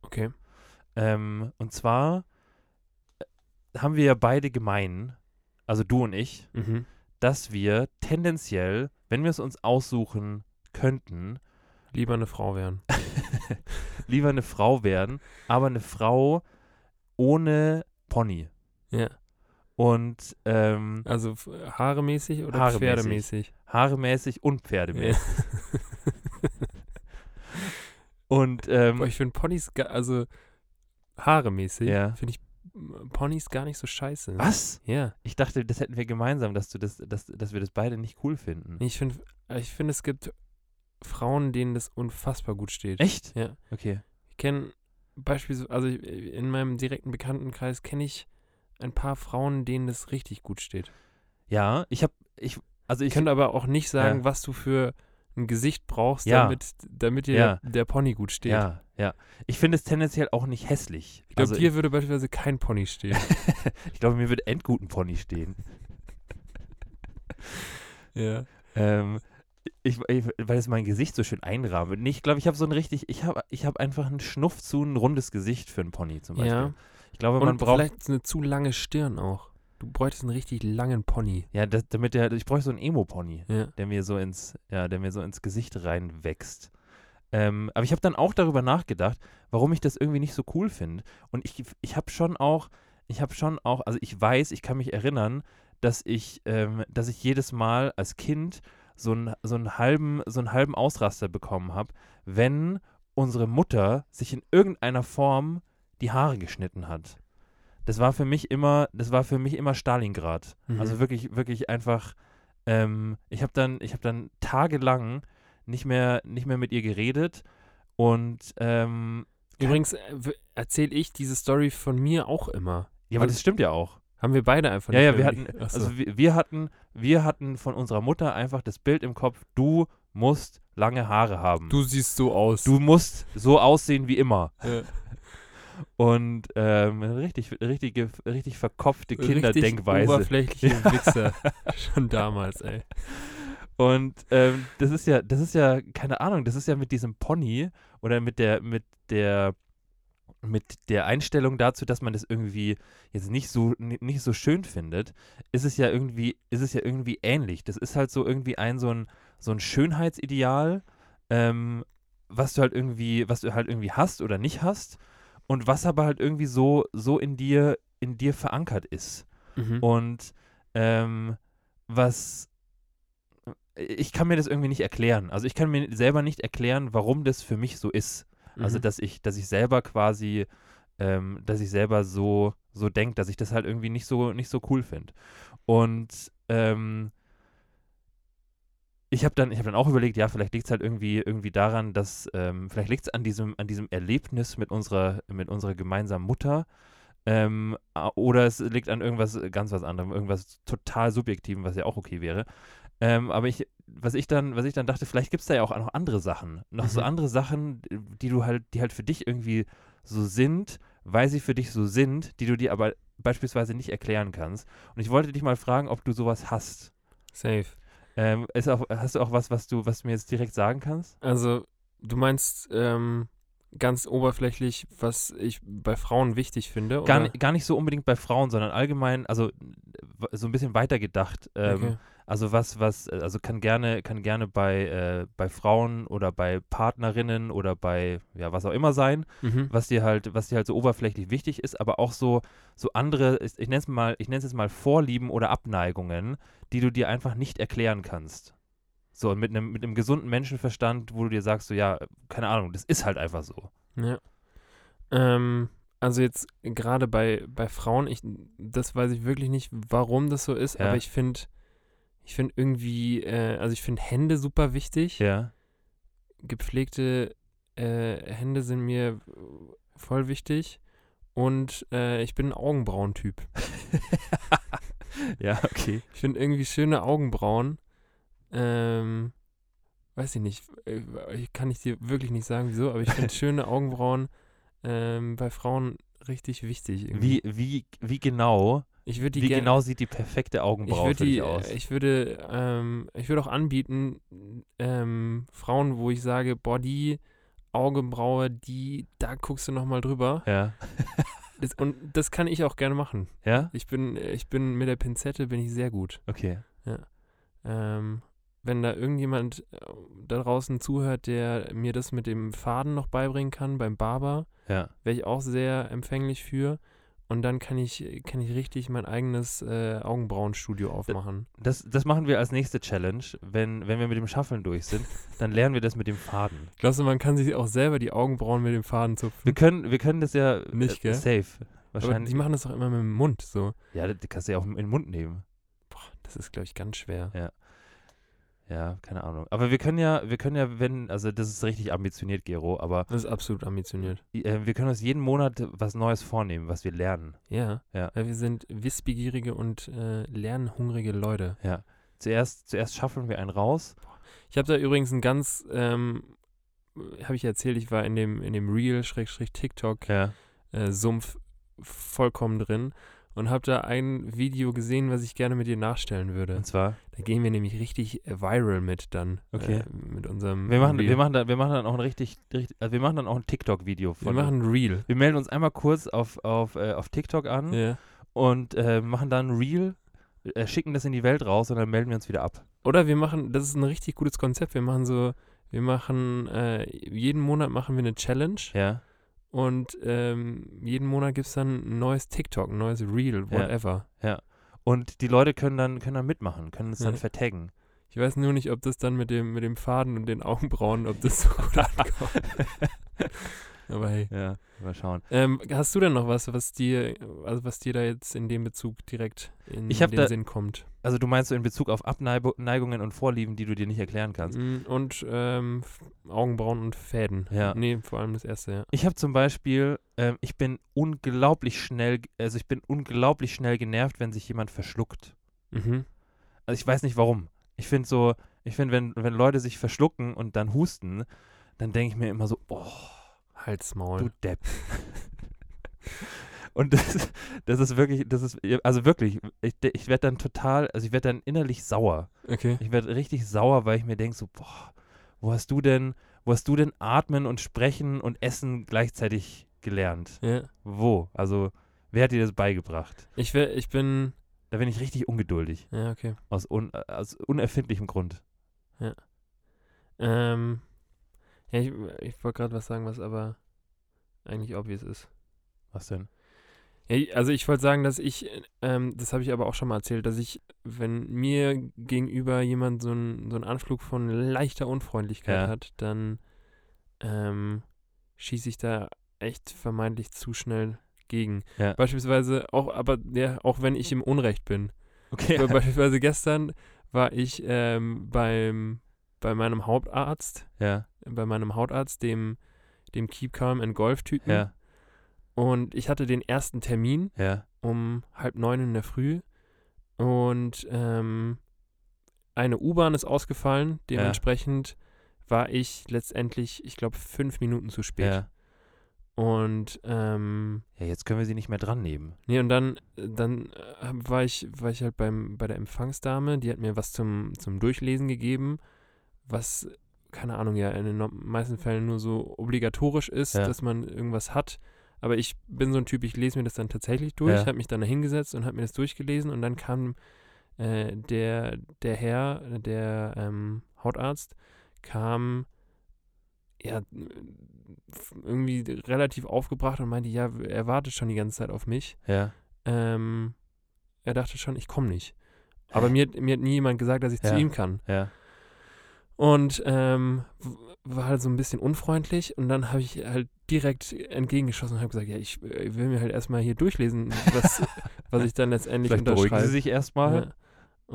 [SPEAKER 3] Okay.
[SPEAKER 2] Ähm, und zwar äh, haben wir ja beide gemein, also du und ich,
[SPEAKER 3] Mhm.
[SPEAKER 2] dass wir tendenziell, wenn wir es uns aussuchen könnten,
[SPEAKER 3] Lieber eine Frau werden.
[SPEAKER 2] lieber eine Frau werden, aber eine Frau ohne Pony.
[SPEAKER 3] Ja.
[SPEAKER 2] Und ähm,
[SPEAKER 3] Also f- haaremäßig oder
[SPEAKER 2] Haaremäßig.
[SPEAKER 3] pferdemäßig?
[SPEAKER 2] haaremäßig und pferdemäßig. Und ähm,
[SPEAKER 3] Boah, ich finde Ponys, ga- also haaremäßig,
[SPEAKER 2] Ja.
[SPEAKER 3] finde ich m, Ponys gar nicht so scheiße.
[SPEAKER 2] was?
[SPEAKER 3] Ja.
[SPEAKER 2] Ich dachte, das hätten wir gemeinsam, dass du das, dass, dass wir das beide nicht cool finden.
[SPEAKER 3] Nee, Ich finde, ich find, es gibt Frauen, denen das unfassbar gut steht.
[SPEAKER 2] Echt?
[SPEAKER 3] Ja.
[SPEAKER 2] Okay.
[SPEAKER 3] Ich kenne beispielsweise, also ich- in meinem direkten Bekanntenkreis kenne ich ein paar Frauen, denen das richtig gut steht.
[SPEAKER 2] Ja, ich habe, ich, also
[SPEAKER 3] Ich
[SPEAKER 2] ich,
[SPEAKER 3] könnte aber auch nicht sagen,
[SPEAKER 2] Ja.
[SPEAKER 3] was du für ein Gesicht brauchst,
[SPEAKER 2] Ja.
[SPEAKER 3] damit, damit dir
[SPEAKER 2] Ja.
[SPEAKER 3] der, der Pony gut steht.
[SPEAKER 2] ja, ja. Ich finde es tendenziell auch nicht hässlich.
[SPEAKER 3] Ich glaube,
[SPEAKER 2] also,
[SPEAKER 3] dir würde beispielsweise kein Pony stehen.
[SPEAKER 2] ich glaube, mir wird endgut ein Pony stehen.
[SPEAKER 3] ja.
[SPEAKER 2] Ähm, ich, ich, weil es mein Gesicht so schön einrahmt. Nee, ich glaube, ich habe so ein richtig, ich habe ich hab einfach einen Schnuff zu, ein rundes Gesicht für einen Pony zum Beispiel.
[SPEAKER 3] Ja.
[SPEAKER 2] Ich glaube, man
[SPEAKER 3] Und
[SPEAKER 2] braucht,
[SPEAKER 3] vielleicht eine zu lange Stirn auch. Du bräuchtest einen richtig langen Pony.
[SPEAKER 2] ja, das, damit der, ich bräuchte so einen Emo-Pony,
[SPEAKER 3] Ja.
[SPEAKER 2] der mir so ins, ja, der mir so ins Gesicht reinwächst. Ähm, aber ich habe dann auch darüber nachgedacht, warum ich das irgendwie nicht so cool finde. Und ich, ich habe schon auch, ich habe schon auch, also ich weiß, ich kann mich erinnern, dass ich, ähm, dass ich jedes Mal als Kind so einen, so einen halben, so einen halben Ausraster bekommen habe, wenn unsere Mutter sich in irgendeiner Form die Haare geschnitten hat. Das war für mich immer, das war für mich immer Stalingrad.
[SPEAKER 3] Mhm.
[SPEAKER 2] Also wirklich, wirklich einfach, ähm, ich habe dann, ich habe dann tagelang nicht mehr, nicht mehr mit ihr geredet und ähm,
[SPEAKER 3] Übrigens erzähle ich diese Story von mir auch immer.
[SPEAKER 2] ja, aber das stimmt ja auch.
[SPEAKER 3] Haben wir beide einfach
[SPEAKER 2] Ja,
[SPEAKER 3] nicht
[SPEAKER 2] ja,
[SPEAKER 3] mehr
[SPEAKER 2] wir hatten,
[SPEAKER 3] überlegt. Ach so.
[SPEAKER 2] also wir, wir hatten, wir hatten von unserer Mutter einfach das Bild im Kopf, du musst lange Haare haben.
[SPEAKER 3] du siehst so aus.
[SPEAKER 2] Du musst so aussehen wie immer.
[SPEAKER 3] Ja.
[SPEAKER 2] Und ähm, richtig, richtige, richtig verkopfte
[SPEAKER 3] Äh, Richtig
[SPEAKER 2] Kinderdenkweise.
[SPEAKER 3] oberflächliche Wichser. Schon damals, ey.
[SPEAKER 2] Und ähm, das ist ja, das ist ja, keine Ahnung, das ist ja mit diesem Pony oder mit der, mit der, mit der Einstellung dazu, dass man das irgendwie jetzt nicht so, ni- nicht so schön findet, ist es ja irgendwie, ist es ja irgendwie ähnlich. Das ist halt so irgendwie ein so ein, so ein Schönheitsideal, ähm, was du halt irgendwie, was du halt irgendwie hast oder nicht hast und was aber halt irgendwie so, so in dir, in dir verankert ist.
[SPEAKER 3] Mhm.
[SPEAKER 2] Und ähm, was ich kann mir das irgendwie nicht erklären. Also ich kann mir selber nicht erklären, warum das für mich so ist. Also
[SPEAKER 3] Mhm.
[SPEAKER 2] dass ich, dass ich selber quasi, ähm, dass ich selber so, so denke, dass ich das halt irgendwie nicht so, nicht so cool finde. Und ähm, ich habe dann, ich hab dann auch überlegt, ja, vielleicht liegt es halt irgendwie, irgendwie daran, dass, ähm, vielleicht liegt es an diesem, an diesem Erlebnis mit unserer, mit unserer gemeinsamen Mutter. Ähm, a- oder es liegt an irgendwas äh, ganz was anderem, irgendwas total subjektivem, was ja auch okay wäre. Ähm, aber ich, was ich dann, was ich dann dachte, vielleicht gibt es da ja auch noch andere Sachen. Noch so
[SPEAKER 3] Mhm.
[SPEAKER 2] andere Sachen, die du halt, die halt für dich irgendwie so sind, weil sie für dich so sind, die du dir aber beispielsweise nicht erklären kannst. Und ich wollte dich mal fragen, ob du sowas hast.
[SPEAKER 3] Safe.
[SPEAKER 2] Ähm, ist auch, hast du auch was, was du, was du mir jetzt direkt sagen kannst?
[SPEAKER 3] Also, du meinst ähm, ganz oberflächlich, was ich bei Frauen wichtig finde?
[SPEAKER 2] Gar,
[SPEAKER 3] oder?
[SPEAKER 2] ni- gar nicht so unbedingt bei Frauen, sondern allgemein, also w- so ein bisschen weiter gedacht. Ähm,
[SPEAKER 3] Okay.
[SPEAKER 2] Also was, was, äh, also kann gerne, kann gerne bei, äh, bei Frauen oder bei Partnerinnen oder bei, ja, was auch immer sein,
[SPEAKER 3] Mhm.
[SPEAKER 2] was dir halt, was dir halt so oberflächlich wichtig ist, aber auch so, so andere, ich, ich nenne es mal, ich nenn's jetzt mal Vorlieben oder Abneigungen, die du dir einfach nicht erklären kannst. So, und mit einem, mit einem gesunden Menschenverstand, wo du dir sagst, so ja, keine Ahnung, das ist halt einfach so.
[SPEAKER 3] Ja. Ähm, also jetzt gerade bei, bei Frauen, ich, das weiß ich wirklich nicht, warum das so ist,
[SPEAKER 2] Ja.
[SPEAKER 3] aber ich finde, ich finde irgendwie, äh, also ich finde Hände super wichtig.
[SPEAKER 2] Ja.
[SPEAKER 3] Gepflegte äh, Hände sind mir voll wichtig. und äh, ich bin ein Augenbrauentyp.
[SPEAKER 2] Ja, okay.
[SPEAKER 3] Ich finde irgendwie schöne Augenbrauen. Ähm, weiß ich nicht. äh, Ich kann ich dir wirklich nicht sagen, wieso, aber ich finde schöne Augenbrauen ähm, bei Frauen richtig wichtig. Irgendwie.
[SPEAKER 2] Wie, wie, wie genau,
[SPEAKER 3] ich würde die
[SPEAKER 2] wie
[SPEAKER 3] gern-
[SPEAKER 2] genau sieht die perfekte
[SPEAKER 3] ich
[SPEAKER 2] Augenbraue
[SPEAKER 3] würde
[SPEAKER 2] für
[SPEAKER 3] die,
[SPEAKER 2] dich
[SPEAKER 3] äh,
[SPEAKER 2] aus?
[SPEAKER 3] ich würde, ähm, ich würde auch anbieten, ähm, Frauen, wo ich sage, boah, die Augenbraue, die, da guckst du nochmal drüber.
[SPEAKER 2] ja.
[SPEAKER 3] Das, und das kann ich auch gerne machen.
[SPEAKER 2] Ja?
[SPEAKER 3] Ich bin, äh, ich bin mit der Pinzette bin ich sehr gut.
[SPEAKER 2] Okay.
[SPEAKER 3] Ähm, wenn da irgendjemand äh, da draußen zuhört, der mir das mit dem Faden noch beibringen kann beim Barber,
[SPEAKER 2] Ja.
[SPEAKER 3] wäre ich auch sehr empfänglich für. Und dann kann ich, kann ich richtig mein eigenes äh, Augenbrauenstudio aufmachen.
[SPEAKER 2] Das, das machen wir als nächste Challenge. Wenn, wenn wir mit dem Schaffeln durch sind, dann lernen wir das mit dem Faden.
[SPEAKER 3] Glaubst du, man kann sich auch selber die Augenbrauen mit dem Faden
[SPEAKER 2] Wir
[SPEAKER 3] zupfen?
[SPEAKER 2] können, wir können das ja äh,
[SPEAKER 3] Nicht, gell?
[SPEAKER 2] safe.
[SPEAKER 3] Aber die
[SPEAKER 2] Wahrscheinlich.
[SPEAKER 3] machen das doch immer mit dem Mund so.
[SPEAKER 2] Ja, das kannst du ja auch in den Mund nehmen.
[SPEAKER 3] Boah, das ist, glaube ich, ganz schwer.
[SPEAKER 2] Ja, keine Ahnung. Aber wir können ja, wir können ja, wenn, also das ist richtig ambitioniert, Gero, aber
[SPEAKER 3] Das ist absolut ambitioniert.
[SPEAKER 2] äh, wir können uns jeden Monat was Neues vornehmen, was wir lernen.
[SPEAKER 3] Ja,
[SPEAKER 2] Ja.
[SPEAKER 3] weil wir sind wissbegierige und äh, lernhungrige Leute.
[SPEAKER 2] Zuerst, zuerst schaffeln wir einen raus.
[SPEAKER 3] Ich habe da übrigens ein ganz, ähm, habe ich erzählt, ich war in dem, in dem Real-TikTok-Sumpf
[SPEAKER 2] Ja.
[SPEAKER 3] äh, Sumpf vollkommen drin und habe da ein Video gesehen, was ich gerne mit dir nachstellen würde.
[SPEAKER 2] Und zwar,
[SPEAKER 3] Da gehen wir nämlich richtig äh, viral mit dann.
[SPEAKER 2] Okay.
[SPEAKER 3] Äh, mit unserem
[SPEAKER 2] wir machen,
[SPEAKER 3] Reel.
[SPEAKER 2] wir machen, da, wir machen dann auch ein richtig, richtig also wir machen dann auch ein TikTok-Video
[SPEAKER 3] wir
[SPEAKER 2] von.
[SPEAKER 3] machen Real.
[SPEAKER 2] wir melden uns einmal kurz auf, auf, äh, auf TikTok an.
[SPEAKER 3] Ja.
[SPEAKER 2] und äh, machen dann ein Reel, äh, schicken das in die Welt raus und dann melden wir uns wieder ab.
[SPEAKER 3] Oder wir machen, das ist ein richtig gutes Konzept, wir machen so, wir machen, äh, jeden Monat machen wir eine Challenge
[SPEAKER 2] Ja.
[SPEAKER 3] und ähm, jeden Monat gibt es dann ein neues TikTok, ein neues Reel,
[SPEAKER 2] Ja.
[SPEAKER 3] whatever.
[SPEAKER 2] Und die Leute können dann, können dann mitmachen, können es dann
[SPEAKER 3] Ja.
[SPEAKER 2] vertaggen.
[SPEAKER 3] Ich weiß nur nicht, ob das dann mit dem, mit dem Faden und den Augenbrauen, ob das so gut ankommt. Aber hey.
[SPEAKER 2] Ja, mal schauen.
[SPEAKER 3] Ähm, hast du denn noch was, was dir, also was dir da jetzt in dem Bezug direkt in
[SPEAKER 2] Ich hab
[SPEAKER 3] den
[SPEAKER 2] da-
[SPEAKER 3] Sinn kommt?
[SPEAKER 2] Also du meinst so in Bezug auf Abneigungen und Vorlieben, die du dir nicht erklären kannst.
[SPEAKER 3] Mm, Und ähm, F- Augenbrauen und Fäden.
[SPEAKER 2] Ja.
[SPEAKER 3] Nee, vor allem das erste, ja.
[SPEAKER 2] Ich habe zum Beispiel, ähm, ich bin unglaublich schnell, also ich bin unglaublich schnell genervt, wenn sich jemand verschluckt.
[SPEAKER 3] Mhm.
[SPEAKER 2] Also ich weiß nicht warum. Ich finde so, ich finde, wenn, wenn Leute sich verschlucken und dann husten, dann denke ich mir immer so, boah, Du
[SPEAKER 3] Halsmaul.
[SPEAKER 2] Depp. Und das, das ist wirklich, das ist, also wirklich, ich, ich werde dann total, also ich werde dann innerlich sauer.
[SPEAKER 3] Okay.
[SPEAKER 2] Ich werde richtig sauer, weil ich mir denke so, boah, wo hast du denn, wo hast du denn atmen und sprechen und essen gleichzeitig gelernt?
[SPEAKER 3] Ja.
[SPEAKER 2] Wo? Also, wer hat dir das beigebracht?
[SPEAKER 3] Ich, wär, ich bin,
[SPEAKER 2] Da bin ich richtig ungeduldig,
[SPEAKER 3] ja, okay.
[SPEAKER 2] aus, un, äh, aus unerfindlichem Grund.
[SPEAKER 3] Ähm, ja, ich, ich wollte gerade was sagen, was aber eigentlich obvious ist.
[SPEAKER 2] Was denn?
[SPEAKER 3] Ja, ich- also ich wollte sagen, dass ich, ähm, das habe ich aber auch schon mal erzählt, dass ich, wenn mir gegenüber jemand so, ein, so einen Anflug von leichter Unfreundlichkeit
[SPEAKER 2] Ja.
[SPEAKER 3] hat, dann ähm, schieße ich da echt vermeintlich zu schnell gegen.
[SPEAKER 2] Ja.
[SPEAKER 3] Beispielsweise auch, aber ja, auch wenn ich im Unrecht bin.
[SPEAKER 2] Okay.
[SPEAKER 3] Weil Beispielsweise gestern war ich ähm, beim, bei meinem Hautarzt,
[SPEAKER 2] Ja,
[SPEAKER 3] bei meinem Hautarzt, dem, dem Keep Calm and Golf-Typen.
[SPEAKER 2] ja,
[SPEAKER 3] Und ich hatte den ersten Termin
[SPEAKER 2] ja,
[SPEAKER 3] um halb neun in der Früh und ähm, eine U-Bahn ist ausgefallen. Dementsprechend war ich letztendlich, ich glaube, fünf Minuten zu spät.
[SPEAKER 2] ja.
[SPEAKER 3] Und ähm,
[SPEAKER 2] Ja, jetzt können wir sie nicht mehr dran nehmen.
[SPEAKER 3] Nee, und dann, dann äh, hab- war, ich, war ich halt beim, bei der Empfangsdame, die hat mir was zum, zum Durchlesen gegeben, was, keine Ahnung, ja, in den no- meisten Fällen nur so obligatorisch ist,
[SPEAKER 2] Ja.
[SPEAKER 3] dass man irgendwas hat. Aber ich bin so ein Typ, ich lese mir das dann tatsächlich durch,
[SPEAKER 2] Ja.
[SPEAKER 3] habe mich dann da hingesetzt und habe mir das durchgelesen und dann kam äh, der, der Herr, der ähm, Hautarzt, kam ja, f- irgendwie relativ aufgebracht und meinte, ja, er wartet schon die ganze Zeit auf mich.
[SPEAKER 2] Ja,
[SPEAKER 3] Ähm, er dachte schon, ich komme nicht. Aber mir, hat- mir hat nie jemand gesagt, dass ich
[SPEAKER 2] Ja.
[SPEAKER 3] zu ihm kann.
[SPEAKER 2] ja,
[SPEAKER 3] Und ähm, w- war halt so ein bisschen unfreundlich und dann habe ich halt direkt entgegengeschossen und habe gesagt, ja, ich äh, will mir halt erstmal hier durchlesen, was, was ich dann letztendlich
[SPEAKER 2] Vielleicht beruhigen
[SPEAKER 3] unterschreibe.
[SPEAKER 2] sie sich erstmal.
[SPEAKER 3] Ja.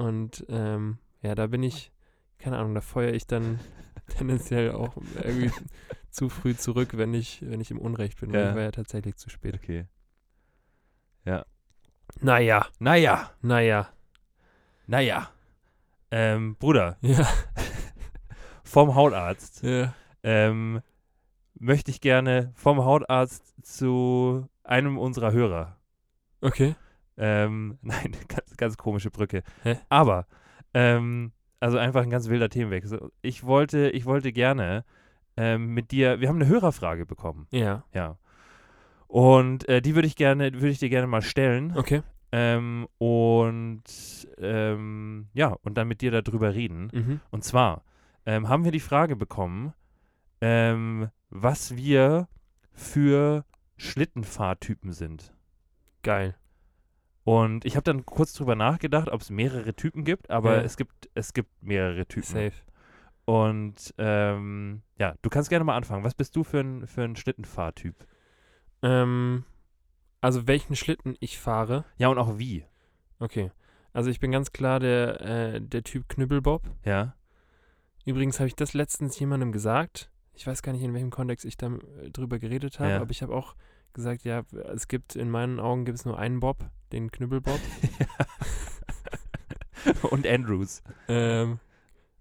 [SPEAKER 3] Und ähm, ja, da bin ich, keine Ahnung, da feuere ich dann tendenziell auch irgendwie zu früh zurück, wenn ich, wenn ich im Unrecht bin. weil
[SPEAKER 2] Ja.
[SPEAKER 3] Ich war ja tatsächlich zu spät.
[SPEAKER 2] Okay. Ja.
[SPEAKER 3] Naja,
[SPEAKER 2] Naja,
[SPEAKER 3] naja.
[SPEAKER 2] naja. Ähm, Bruder,
[SPEAKER 3] Ja.
[SPEAKER 2] vom Hautarzt
[SPEAKER 3] ja.
[SPEAKER 2] ähm, möchte ich gerne vom Hautarzt zu einem unserer Hörer.
[SPEAKER 3] Okay.
[SPEAKER 2] Ähm, nein, ganz, ganz komische Brücke.
[SPEAKER 3] Hä?
[SPEAKER 2] Aber, ähm, also einfach ein ganz wilder Themenwechsel. Ich wollte, ich wollte gerne ähm, mit dir, wir haben eine Hörerfrage bekommen,
[SPEAKER 3] Ja.
[SPEAKER 2] ja. Und äh, die würde ich gerne, würde ich dir gerne mal stellen.
[SPEAKER 3] Okay.
[SPEAKER 2] Ähm, und ähm, ja, und dann mit dir darüber reden.
[SPEAKER 3] Mhm.
[SPEAKER 2] Und zwar ähm, haben wir die Frage bekommen, ähm, was wir für Schlittenfahrtypen sind.
[SPEAKER 3] Geil.
[SPEAKER 2] Und ich habe dann kurz drüber nachgedacht, ob es mehrere Typen gibt, aber
[SPEAKER 3] Ja.
[SPEAKER 2] es gibt es gibt mehrere Typen.
[SPEAKER 3] Safe.
[SPEAKER 2] Und ähm, ja, du kannst gerne mal anfangen. Was bist du für ein für ein Schlittenfahrtyp?
[SPEAKER 3] Ähm, also welchen Schlitten ich fahre.
[SPEAKER 2] Ja und auch wie?
[SPEAKER 3] Okay. Also ich bin ganz klar der, äh, der Typ Knüppelbob.
[SPEAKER 2] Ja,
[SPEAKER 3] Übrigens habe ich das letztens jemandem gesagt. Ich weiß gar nicht, in welchem Kontext ich da äh, drüber geredet habe,
[SPEAKER 2] Ja.
[SPEAKER 3] aber ich habe auch gesagt, ja, es gibt, in meinen Augen gibt es nur einen Bob, den Knüppelbob.
[SPEAKER 2] und Andrews.
[SPEAKER 3] ähm,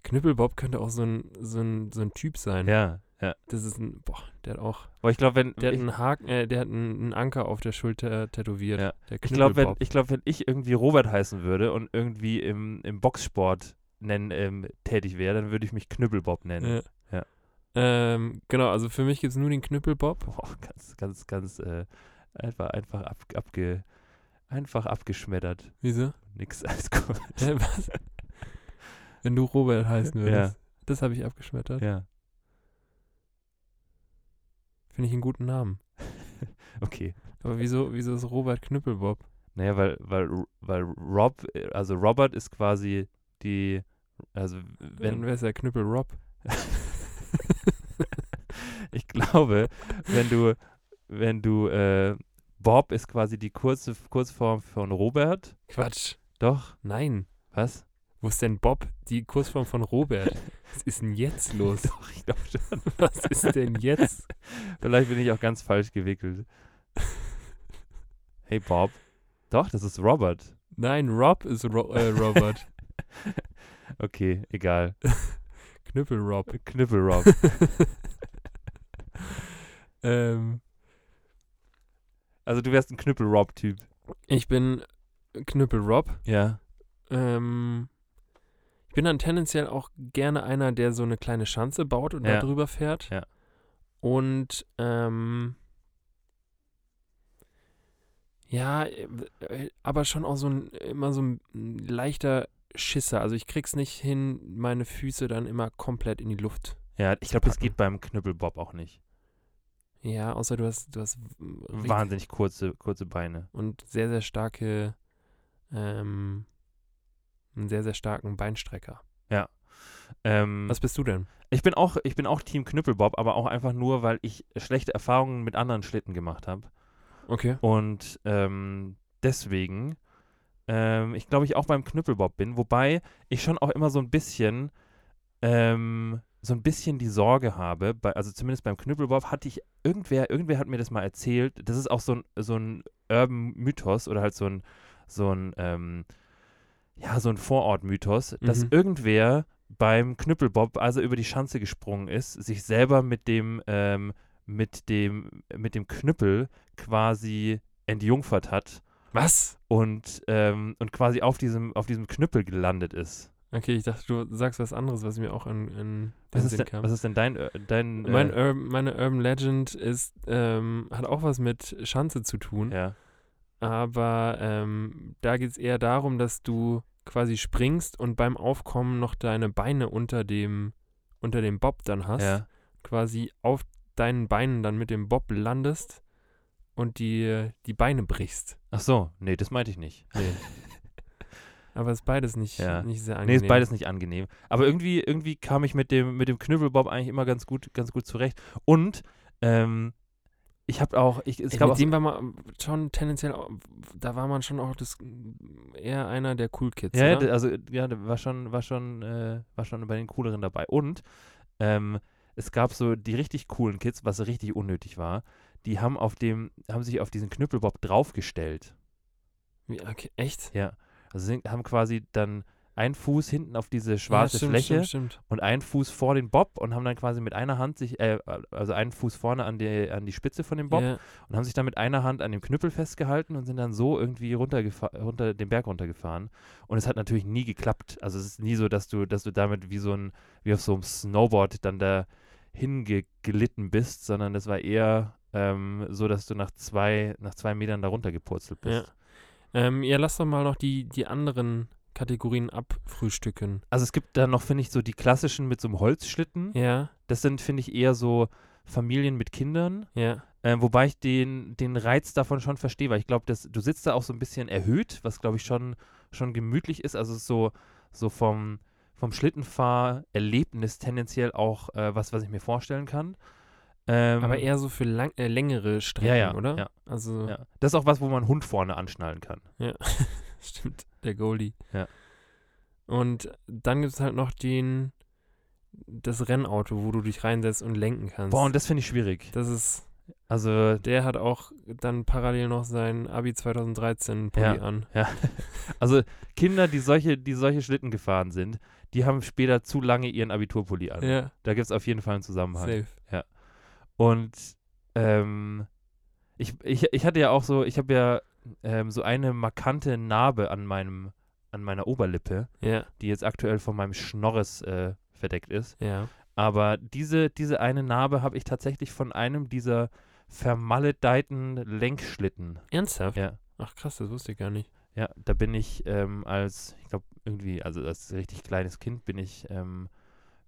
[SPEAKER 3] Knüppelbob könnte auch so ein, so ein, so ein Typ sein.
[SPEAKER 2] Ja, ja.
[SPEAKER 3] Das ist ein, boah, der hat auch,
[SPEAKER 2] Aber ich glaube, wenn
[SPEAKER 3] der hat
[SPEAKER 2] ich,
[SPEAKER 3] einen Haken, äh, der hat einen, einen Anker auf der Schulter äh, tätowiert.
[SPEAKER 2] Ja.
[SPEAKER 3] Der
[SPEAKER 2] ich glaube, wenn
[SPEAKER 3] Knüppelbob.
[SPEAKER 2] ich glaube, wenn ich irgendwie Robert heißen würde und irgendwie im im Boxsport nennen ähm, tätig wäre, dann würde ich mich Knüppelbob nennen.
[SPEAKER 3] Ja.
[SPEAKER 2] Ja.
[SPEAKER 3] Ähm, genau, also für mich gibt es nur den Knüppelbob.
[SPEAKER 2] Boah, ganz ganz ganz äh, einfach einfach ab, abge einfach abgeschmettert.
[SPEAKER 3] Wieso?
[SPEAKER 2] Nix alles gut.
[SPEAKER 3] Hä, was? Wenn du Robert heißen würdest. Das habe ich abgeschmettert.
[SPEAKER 2] Ja.
[SPEAKER 3] Finde ich einen guten Namen.
[SPEAKER 2] Okay.
[SPEAKER 3] Aber wieso, wieso ist Robert Knüppelbob?
[SPEAKER 2] Naja, weil, weil, weil Rob, äh, also Robert ist quasi die, also
[SPEAKER 3] Dann
[SPEAKER 2] wenn,
[SPEAKER 3] wäre es ja Knüppel Rob.
[SPEAKER 2] ich glaube, wenn du, wenn du, äh, Bob ist quasi die kurze Kurzform von Robert.
[SPEAKER 3] Quatsch.
[SPEAKER 2] Doch,
[SPEAKER 3] Nein.
[SPEAKER 2] was?
[SPEAKER 3] Wo ist denn Bob? Die Kurzform von Robert. Was ist denn jetzt los?
[SPEAKER 2] Doch, ich glaube schon.
[SPEAKER 3] Was ist denn jetzt?
[SPEAKER 2] Vielleicht bin ich auch ganz falsch gewickelt. Hey Bob. Doch, das ist Robert.
[SPEAKER 3] Nein, Rob ist Ro äh, Robert.
[SPEAKER 2] Okay, egal.
[SPEAKER 3] Knüppel Rob.
[SPEAKER 2] Knüppel Rob.
[SPEAKER 3] ähm,
[SPEAKER 2] Also du wärst ein Knüppel Rob-Typ.
[SPEAKER 3] ich bin Knüppel Rob.
[SPEAKER 2] Ja.
[SPEAKER 3] Ähm, ich bin dann tendenziell auch gerne einer, der so eine kleine Schanze baut und
[SPEAKER 2] Ja.
[SPEAKER 3] da drüber fährt.
[SPEAKER 2] Ja.
[SPEAKER 3] Und ähm, ja, äh, aber schon auch so ein, immer so ein leichter Schisser. Also ich krieg's nicht hin, meine Füße dann immer komplett in die Luft.
[SPEAKER 2] Ja, ich glaube, das
[SPEAKER 3] Packen.
[SPEAKER 2] geht beim Knüppel Bob auch nicht.
[SPEAKER 3] Ja, außer du hast, du hast richtig-
[SPEAKER 2] Wahnsinnig kurze, kurze Beine.
[SPEAKER 3] und sehr, sehr starke, ähm, einen sehr, sehr starken Beinstrecker.
[SPEAKER 2] Ähm,
[SPEAKER 3] Was bist du denn?
[SPEAKER 2] ich, bin auch, ich bin auch Team Knüppelbob, aber auch einfach nur, weil ich schlechte Erfahrungen mit anderen Schlitten gemacht habe.
[SPEAKER 3] Okay.
[SPEAKER 2] Und ähm, deswegen, ähm, ich glaube, ich auch beim Knüppelbob bin, wobei ich schon auch immer so ein bisschen, ähm, so ein bisschen die Sorge habe, bei, also zumindest beim Knüppelbob hatte ich, irgendwer, irgendwer hat mir das mal erzählt, das ist auch so ein, so ein Urban-Mythos oder halt so ein, so ein, ähm, ja, so ein Vorort-Mythos, dass
[SPEAKER 3] Mhm.
[SPEAKER 2] irgendwer beim Knüppelbob, als er über die Schanze gesprungen ist, sich selber mit dem, ähm, mit dem, mit dem Knüppel quasi entjungfert hat
[SPEAKER 3] Was?
[SPEAKER 2] und, ähm, und quasi auf diesem, auf diesem Knüppel gelandet ist.
[SPEAKER 3] Okay, ich dachte, du sagst was anderes, was mir auch in, in den
[SPEAKER 2] Was ist
[SPEAKER 3] Sinn
[SPEAKER 2] denn,
[SPEAKER 3] kam.
[SPEAKER 2] was ist denn dein, äh, dein äh,
[SPEAKER 3] mein Ur meine Urban Legend ist, ähm, hat auch was mit Schanze zu tun,
[SPEAKER 2] ja,
[SPEAKER 3] aber ähm, da geht es eher darum, dass du quasi springst und beim Aufkommen noch deine Beine unter dem, unter dem Bob dann hast,
[SPEAKER 2] ja,
[SPEAKER 3] quasi auf deinen Beinen dann mit dem Bob landest und die, die Beine brichst.
[SPEAKER 2] ach so, nee, das meinte ich nicht.
[SPEAKER 3] Aber es ist beides nicht,
[SPEAKER 2] Ja.
[SPEAKER 3] nicht sehr
[SPEAKER 2] Nee,
[SPEAKER 3] angenehm.
[SPEAKER 2] ist beides nicht angenehm. Aber irgendwie, irgendwie kam ich mit dem, mit dem Knüppelbob eigentlich immer ganz gut, ganz gut zurecht. Und ähm, ich habe auch, ich, es
[SPEAKER 3] Ey,
[SPEAKER 2] gab
[SPEAKER 3] mit
[SPEAKER 2] auch,
[SPEAKER 3] dem war man schon tendenziell, au- da war man schon auch das, eher einer der Cool Kids.
[SPEAKER 2] ja, ja,
[SPEAKER 3] oder?
[SPEAKER 2] d- also ja, d- war schon, war schon, äh, war schon bei den cooleren dabei. Und ähm, es gab so die richtig coolen Kids, was richtig unnötig war. Die haben auf dem, haben sich auf diesen Knüppelbob draufgestellt.
[SPEAKER 3] Wie, okay, echt?
[SPEAKER 2] Ja. Also sie haben quasi dann einen Fuß hinten auf diese schwarze
[SPEAKER 3] ja, stimmt,
[SPEAKER 2] Fläche
[SPEAKER 3] Stimmt, stimmt.
[SPEAKER 2] und einen Fuß vor den Bob und haben dann quasi mit einer Hand sich, äh, also einen Fuß vorne an die, an die Spitze von dem Bob
[SPEAKER 3] Ja.
[SPEAKER 2] und haben sich dann mit einer Hand an dem Knüppel festgehalten und sind dann so irgendwie runtergefa- runter den Berg runtergefahren. Und es hat natürlich nie geklappt. Also es ist nie so, dass du, dass du damit wie so ein, wie auf so einem Snowboard dann da hingeglitten bist, sondern das war eher ähm, so, dass du nach zwei, nach zwei Metern da runtergepurzelt bist.
[SPEAKER 3] Ja. Ähm, ja, lass doch mal noch die, die anderen Kategorien abfrühstücken.
[SPEAKER 2] Also es gibt dann noch, finde ich, so die klassischen mit so einem Holzschlitten.
[SPEAKER 3] Ja,
[SPEAKER 2] Das sind, finde ich, eher so Familien mit Kindern.
[SPEAKER 3] ja.
[SPEAKER 2] Ähm, wobei ich den, den Reiz davon schon verstehe, weil ich glaube, dass du sitzt da auch so ein bisschen erhöht, was glaube ich schon, schon gemütlich ist. Also es ist so, so vom, vom Schlittenfahrerlebnis tendenziell auch äh, was, was ich mir vorstellen kann. Ähm,
[SPEAKER 3] Aber eher so für lang, äh, längere Strecken,
[SPEAKER 2] ja, ja,
[SPEAKER 3] oder?
[SPEAKER 2] Ja,
[SPEAKER 3] Also,
[SPEAKER 2] ja. Das ist auch was, wo man einen Hund vorne anschnallen kann.
[SPEAKER 3] stimmt, der Goalie.
[SPEAKER 2] Ja.
[SPEAKER 3] Und dann gibt es halt noch den, das Rennauto, wo du dich reinsetzt und lenken kannst.
[SPEAKER 2] Boah, und das finde ich schwierig.
[SPEAKER 3] das ist,
[SPEAKER 2] Also,
[SPEAKER 3] der hat auch dann parallel noch sein Abi 2013 Pulli
[SPEAKER 2] Ja.
[SPEAKER 3] an.
[SPEAKER 2] also Kinder, die solche, die solche Schlitten gefahren sind, die haben später zu lange ihren Abiturpulli an.
[SPEAKER 3] Ja,
[SPEAKER 2] Da gibt es auf jeden Fall einen Zusammenhang.
[SPEAKER 3] safe.
[SPEAKER 2] Und ähm, ich, ich, ich hatte ja auch so, ich habe ja ähm, so eine markante Narbe an meinem, an meiner Oberlippe,
[SPEAKER 3] Ja,
[SPEAKER 2] die jetzt aktuell von meinem Schnorres äh, verdeckt ist.
[SPEAKER 3] ja.
[SPEAKER 2] Aber diese, diese eine Narbe habe ich tatsächlich von einem dieser vermaledeiten Lenkschlitten.
[SPEAKER 3] Ernsthaft?
[SPEAKER 2] Ja.
[SPEAKER 3] Ach krass, das wusste ich gar nicht.
[SPEAKER 2] Ja, da bin ich ähm, als, ich glaube, irgendwie, also als richtig kleines Kind bin ich, ähm,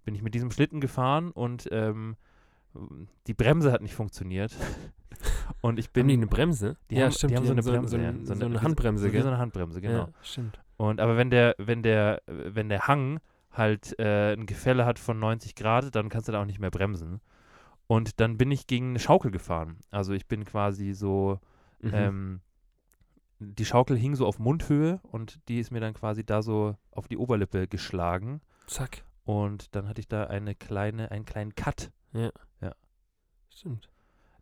[SPEAKER 2] bin ich mit diesem Schlitten gefahren und ähm, die Bremse hat nicht funktioniert. Und ich bin.
[SPEAKER 3] Haben die eine Bremse?
[SPEAKER 2] Die
[SPEAKER 3] ja,
[SPEAKER 2] haben-
[SPEAKER 3] stimmt.
[SPEAKER 2] die haben so eine Bremse,
[SPEAKER 3] so,
[SPEAKER 2] ja.
[SPEAKER 3] ein-
[SPEAKER 2] So eine-
[SPEAKER 3] so
[SPEAKER 2] wie
[SPEAKER 3] eine
[SPEAKER 2] so-
[SPEAKER 3] Handbremse,
[SPEAKER 2] so wie
[SPEAKER 3] gell?
[SPEAKER 2] so eine Handbremse, genau.
[SPEAKER 3] Ja, stimmt.
[SPEAKER 2] Und aber wenn der, wenn der, äh, wenn der Hang halt äh, ein Gefälle hat von 90 Grad, dann kannst du da auch nicht mehr bremsen. Und dann bin ich gegen eine Schaukel gefahren. Also ich bin quasi so
[SPEAKER 3] Mhm.
[SPEAKER 2] ähm, die Schaukel hing so auf Mundhöhe und die ist mir dann quasi da so auf die Oberlippe geschlagen.
[SPEAKER 3] Zack.
[SPEAKER 2] Und dann hatte ich da eine kleine, einen kleinen Cut.
[SPEAKER 3] Stimmt.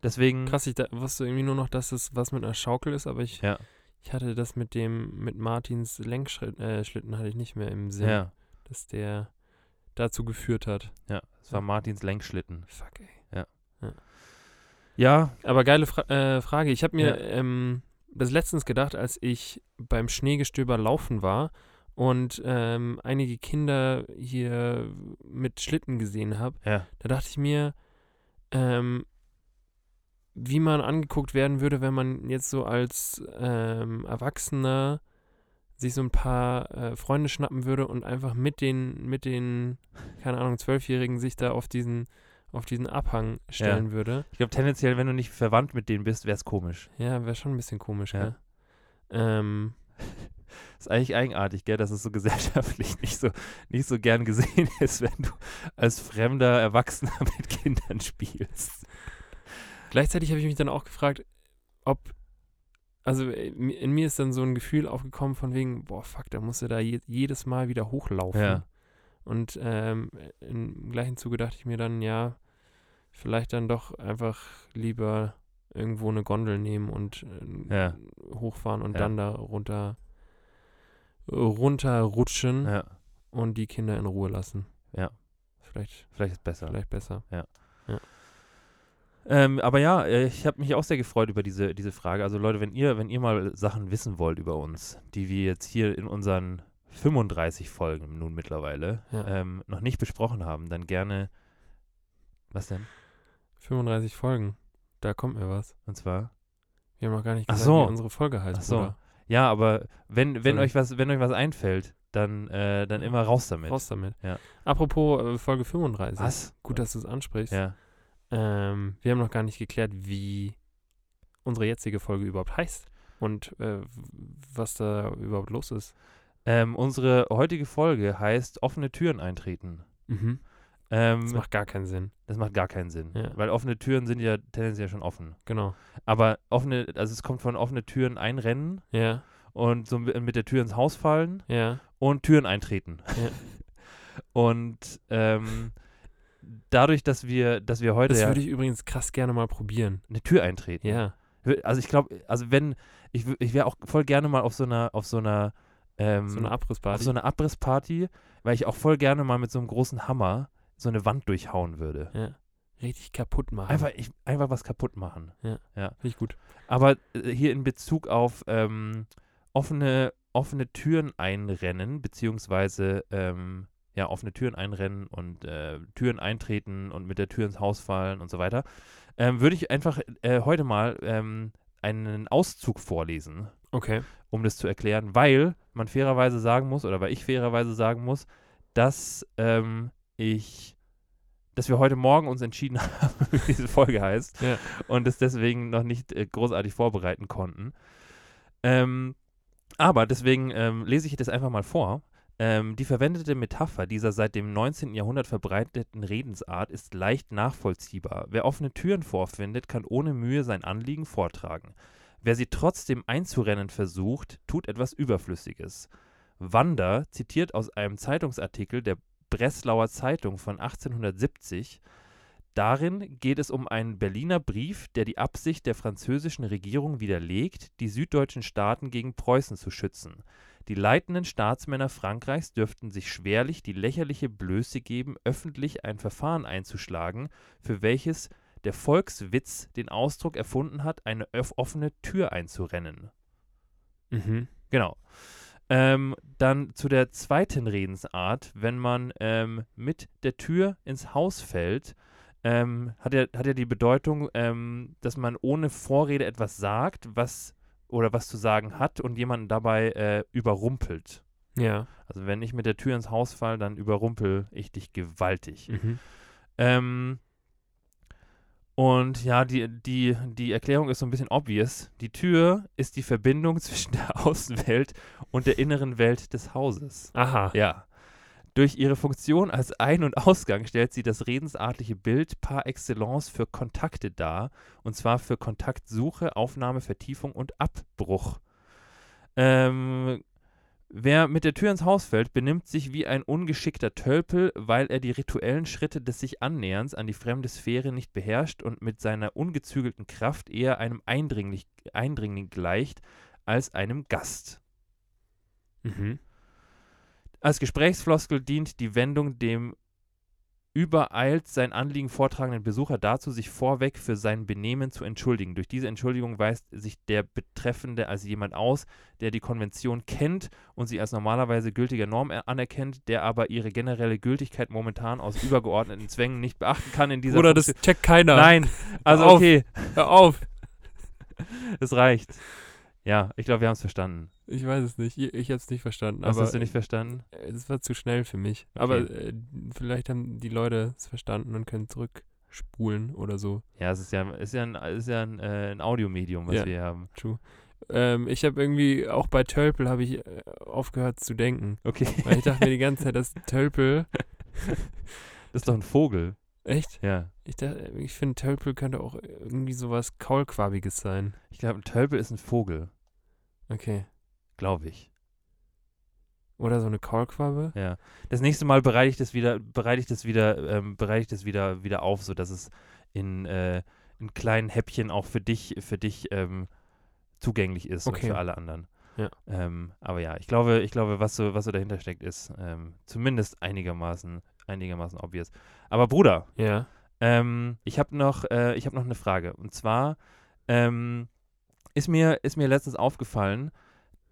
[SPEAKER 2] Deswegen,
[SPEAKER 3] Krass, ich da, wusste irgendwie nur noch, dass es was mit einer Schaukel ist, aber ich,
[SPEAKER 2] Ja.
[SPEAKER 3] ich hatte das mit dem, mit Martins Lenkschlitten äh, Schlitten hatte ich nicht mehr im Sinn,
[SPEAKER 2] ja,
[SPEAKER 3] dass der dazu geführt hat.
[SPEAKER 2] ja, es war Martins Lenkschlitten.
[SPEAKER 3] Fuck, ey.
[SPEAKER 2] Ja,
[SPEAKER 3] Aber geile Fra äh, Frage. Ich habe mir
[SPEAKER 2] Ja.
[SPEAKER 3] ähm, das letztens gedacht, als ich beim Schneegestöber laufen war und ähm, einige Kinder hier mit Schlitten gesehen habe,
[SPEAKER 2] ja,
[SPEAKER 3] da dachte ich mir, ähm, wie man angeguckt werden würde, wenn man jetzt so als ähm, Erwachsener sich so ein paar äh, Freunde schnappen würde und einfach mit den, mit den, keine Ahnung, Zwölfjährigen sich da auf diesen, auf diesen Abhang stellen würde.
[SPEAKER 2] ich glaube tendenziell, wenn du nicht verwandt mit denen bist, wäre es komisch.
[SPEAKER 3] Ja, wäre schon ein bisschen komisch,
[SPEAKER 2] Ja.
[SPEAKER 3] gell? Ähm,
[SPEAKER 2] Ist eigentlich eigenartig, gell, dass es so gesellschaftlich nicht so, nicht so gern gesehen ist, wenn du als fremder Erwachsener mit Kindern spielst.
[SPEAKER 3] gleichzeitig habe ich mich dann auch gefragt, ob, also äh, mi- in mir ist dann so ein Gefühl aufgekommen von wegen, boah, fuck, da musst du da je, jedes Mal wieder hochlaufen.
[SPEAKER 2] Ja.
[SPEAKER 3] Und ähm, im gleichen Zuge dachte ich mir dann, ja, vielleicht dann doch einfach lieber irgendwo eine Gondel nehmen und äh,
[SPEAKER 2] Ja.
[SPEAKER 3] hochfahren und
[SPEAKER 2] Ja.
[SPEAKER 3] dann da runter runterrutschen
[SPEAKER 2] Ja,
[SPEAKER 3] und die Kinder in Ruhe lassen.
[SPEAKER 2] Ja.
[SPEAKER 3] Vielleicht,
[SPEAKER 2] vielleicht ist besser.
[SPEAKER 3] vielleicht besser.
[SPEAKER 2] Ähm, aber ja, äh, ich habe mich auch sehr gefreut über diese, diese Frage. Also Leute, wenn ihr, wenn ihr mal Sachen wissen wollt über uns, die wir jetzt hier in unseren 35 Folgen nun mittlerweile
[SPEAKER 3] Ja.
[SPEAKER 2] ähm, noch nicht besprochen haben, dann gerne. Was denn?
[SPEAKER 3] 35 Folgen. Da kommt mir was.
[SPEAKER 2] Und zwar?
[SPEAKER 3] Wir haben noch gar nicht
[SPEAKER 2] Ach
[SPEAKER 3] gesagt,
[SPEAKER 2] so.
[SPEAKER 3] wie unsere Folge heißt.
[SPEAKER 2] Ach so.
[SPEAKER 3] Bruder.
[SPEAKER 2] Ja, aber wenn, wenn
[SPEAKER 3] Sorry.
[SPEAKER 2] euch was, wenn euch was einfällt, dann, äh, dann immer raus damit.
[SPEAKER 3] Raus damit.
[SPEAKER 2] Ja.
[SPEAKER 3] Apropos äh, Folge 35.
[SPEAKER 2] Was?
[SPEAKER 3] Gut, dass du es ansprichst.
[SPEAKER 2] Ja.
[SPEAKER 3] Ähm, wir haben noch gar nicht geklärt, wie unsere jetzige Folge überhaupt heißt und äh, w- was da überhaupt los ist.
[SPEAKER 2] Ähm, unsere heutige Folge heißt offene Türen eintreten.
[SPEAKER 3] Mhm. Das
[SPEAKER 2] Ähm,
[SPEAKER 3] macht gar keinen Sinn.
[SPEAKER 2] das macht gar keinen Sinn,
[SPEAKER 3] Ja.
[SPEAKER 2] weil offene Türen sind ja tendenziell schon offen.
[SPEAKER 3] Genau.
[SPEAKER 2] Aber offene, also es kommt von offene Türen einrennen
[SPEAKER 3] Ja,
[SPEAKER 2] und so mit der Tür ins Haus fallen
[SPEAKER 3] ja.
[SPEAKER 2] und Türen eintreten.
[SPEAKER 3] Ja.
[SPEAKER 2] Und ähm, dadurch, dass wir, dass wir heute
[SPEAKER 3] Das
[SPEAKER 2] ja
[SPEAKER 3] würde ich übrigens krass gerne mal probieren.
[SPEAKER 2] eine Tür eintreten.
[SPEAKER 3] Ja.
[SPEAKER 2] Also ich glaube, also wenn, ich, wü- ich wäre auch voll gerne mal auf so einer, auf so einer, ähm,
[SPEAKER 3] So eine Abrissparty.
[SPEAKER 2] auf so einer Abrissparty, weil ich auch voll gerne mal mit so einem großen Hammer so eine Wand durchhauen würde.
[SPEAKER 3] ja. Richtig kaputt machen.
[SPEAKER 2] Einfach, ich, einfach was kaputt machen.
[SPEAKER 3] Finde ich gut.
[SPEAKER 2] Aber äh, hier in Bezug auf ähm, offene, offene Türen einrennen, beziehungsweise ähm, ja, offene Türen einrennen und äh, Türen eintreten und mit der Tür ins Haus fallen und so weiter, ähm, würde ich einfach äh, heute mal ähm, einen Auszug vorlesen
[SPEAKER 3] Okay.
[SPEAKER 2] um das zu erklären, weil man fairerweise sagen muss, oder weil ich fairerweise sagen muss, dass ähm, ich, dass wir heute Morgen uns entschieden haben, wie diese Folge heißt,
[SPEAKER 3] Ja.
[SPEAKER 2] und es deswegen noch nicht äh, großartig vorbereiten konnten. Ähm, aber deswegen ähm, lese ich das einfach mal vor. Ähm, die verwendete Metapher dieser seit dem 19. Jahrhundert verbreiteten Redensart ist leicht nachvollziehbar. Wer offene Türen vorfindet, kann ohne Mühe sein Anliegen vortragen. Wer sie trotzdem einzurennen versucht, tut etwas Überflüssiges. Wander zitiert aus einem Zeitungsartikel der Breslauer Zeitung von 1870. Darin geht es um einen Berliner Brief, der die Absicht der französischen Regierung widerlegt, die süddeutschen Staaten gegen Preußen zu schützen. Die leitenden Staatsmänner Frankreichs dürften sich schwerlich die lächerliche Blöße geben, öffentlich ein Verfahren einzuschlagen, für welches der Volkswitz den Ausdruck erfunden hat, eine öff- offene Tür einzurennen.
[SPEAKER 3] Mhm.
[SPEAKER 2] Genau. Ähm, dann zu der zweiten Redensart, wenn man ähm, mit der Tür ins Haus fällt, ähm, hat, ja, hat ja die Bedeutung, ähm, dass man ohne Vorrede etwas sagt, was oder was zu sagen hat und jemanden dabei äh, überrumpelt.
[SPEAKER 3] Ja.
[SPEAKER 2] Also wenn ich mit der Tür ins Haus falle, dann überrumpel ich dich gewaltig.
[SPEAKER 3] Mhm.
[SPEAKER 2] Ähm, und ja, die, die, die Erklärung ist so ein bisschen obvious. Die Tür ist die Verbindung zwischen der Außenwelt und der inneren Welt des Hauses.
[SPEAKER 3] Aha.
[SPEAKER 2] Ja. Durch ihre Funktion als Ein- und Ausgang stellt sie das redensartliche Bild par excellence für Kontakte dar, und zwar für Kontaktsuche, Aufnahme, Vertiefung und Abbruch. Ähm, wer mit der Tür ins Haus fällt, benimmt sich wie ein ungeschickter Tölpel, weil er die rituellen Schritte des sich Annäherns an die fremde Sphäre nicht beherrscht und mit seiner ungezügelten Kraft eher einem Eindringlich, Eindringling gleicht als einem Gast.
[SPEAKER 3] Mhm.
[SPEAKER 2] Als Gesprächsfloskel dient die Wendung dem übereilt sein Anliegen vortragenden Besucher dazu, sich vorweg für sein Benehmen zu entschuldigen. Durch diese Entschuldigung weist sich der Betreffende als jemand aus, der die Konvention kennt und sie als normalerweise gültige Norm a- anerkennt, der aber ihre generelle Gültigkeit momentan aus übergeordneten Zwängen nicht beachten kann in dieser
[SPEAKER 3] Oder das
[SPEAKER 2] Funktion-
[SPEAKER 3] checkt keiner.
[SPEAKER 2] Nein, also
[SPEAKER 3] auf.
[SPEAKER 2] okay,
[SPEAKER 3] Hör auf.
[SPEAKER 2] es reicht. Ja, ich glaube, wir haben es verstanden.
[SPEAKER 3] Ich weiß es nicht. Ich, ich habe es nicht verstanden.
[SPEAKER 2] Was
[SPEAKER 3] aber
[SPEAKER 2] hast du nicht verstanden?
[SPEAKER 3] äh, Es war zu schnell für mich. Aber äh, vielleicht haben die Leute es verstanden und können zurückspulen oder so.
[SPEAKER 2] Ja, es ist ja, ist ja ein, ist ja ein, äh, ein Audiomedium, was
[SPEAKER 3] Ja.
[SPEAKER 2] wir hier haben.
[SPEAKER 3] Ähm, ich habe irgendwie, auch bei Tölpel habe ich äh, aufgehört zu denken.
[SPEAKER 2] Okay.
[SPEAKER 3] Weil ich dachte mir die ganze Zeit, dass Tölpel,
[SPEAKER 2] Das ist doch ein Vogel.
[SPEAKER 3] echt?
[SPEAKER 2] Ja.
[SPEAKER 3] Ich, dachte, ich finde, Tölpel könnte auch irgendwie sowas Kaulquabiges sein.
[SPEAKER 2] Ich glaube, ein Tölpel ist ein Vogel,
[SPEAKER 3] Okay.
[SPEAKER 2] glaube ich.
[SPEAKER 3] Oder so eine Kaulquabe?
[SPEAKER 2] Ja. Das nächste Mal bereite ich das wieder, bereite ich das wieder, ähm, bereite ich das wieder, wieder auf, sodass es in, äh, in kleinen Häppchen auch für dich, für dich ähm, zugänglich ist
[SPEAKER 3] Okay.
[SPEAKER 2] und für alle anderen.
[SPEAKER 3] Ja.
[SPEAKER 2] Ähm, aber ja, ich glaube, ich glaube, was so, was so dahinter steckt, ist ähm, zumindest einigermaßen, einigermaßen obvious. Aber Bruder,
[SPEAKER 3] Ja.
[SPEAKER 2] Ähm, ich habe noch, äh, ich hab noch eine Frage. Und zwar ähm, ist, mir, ist mir letztens aufgefallen,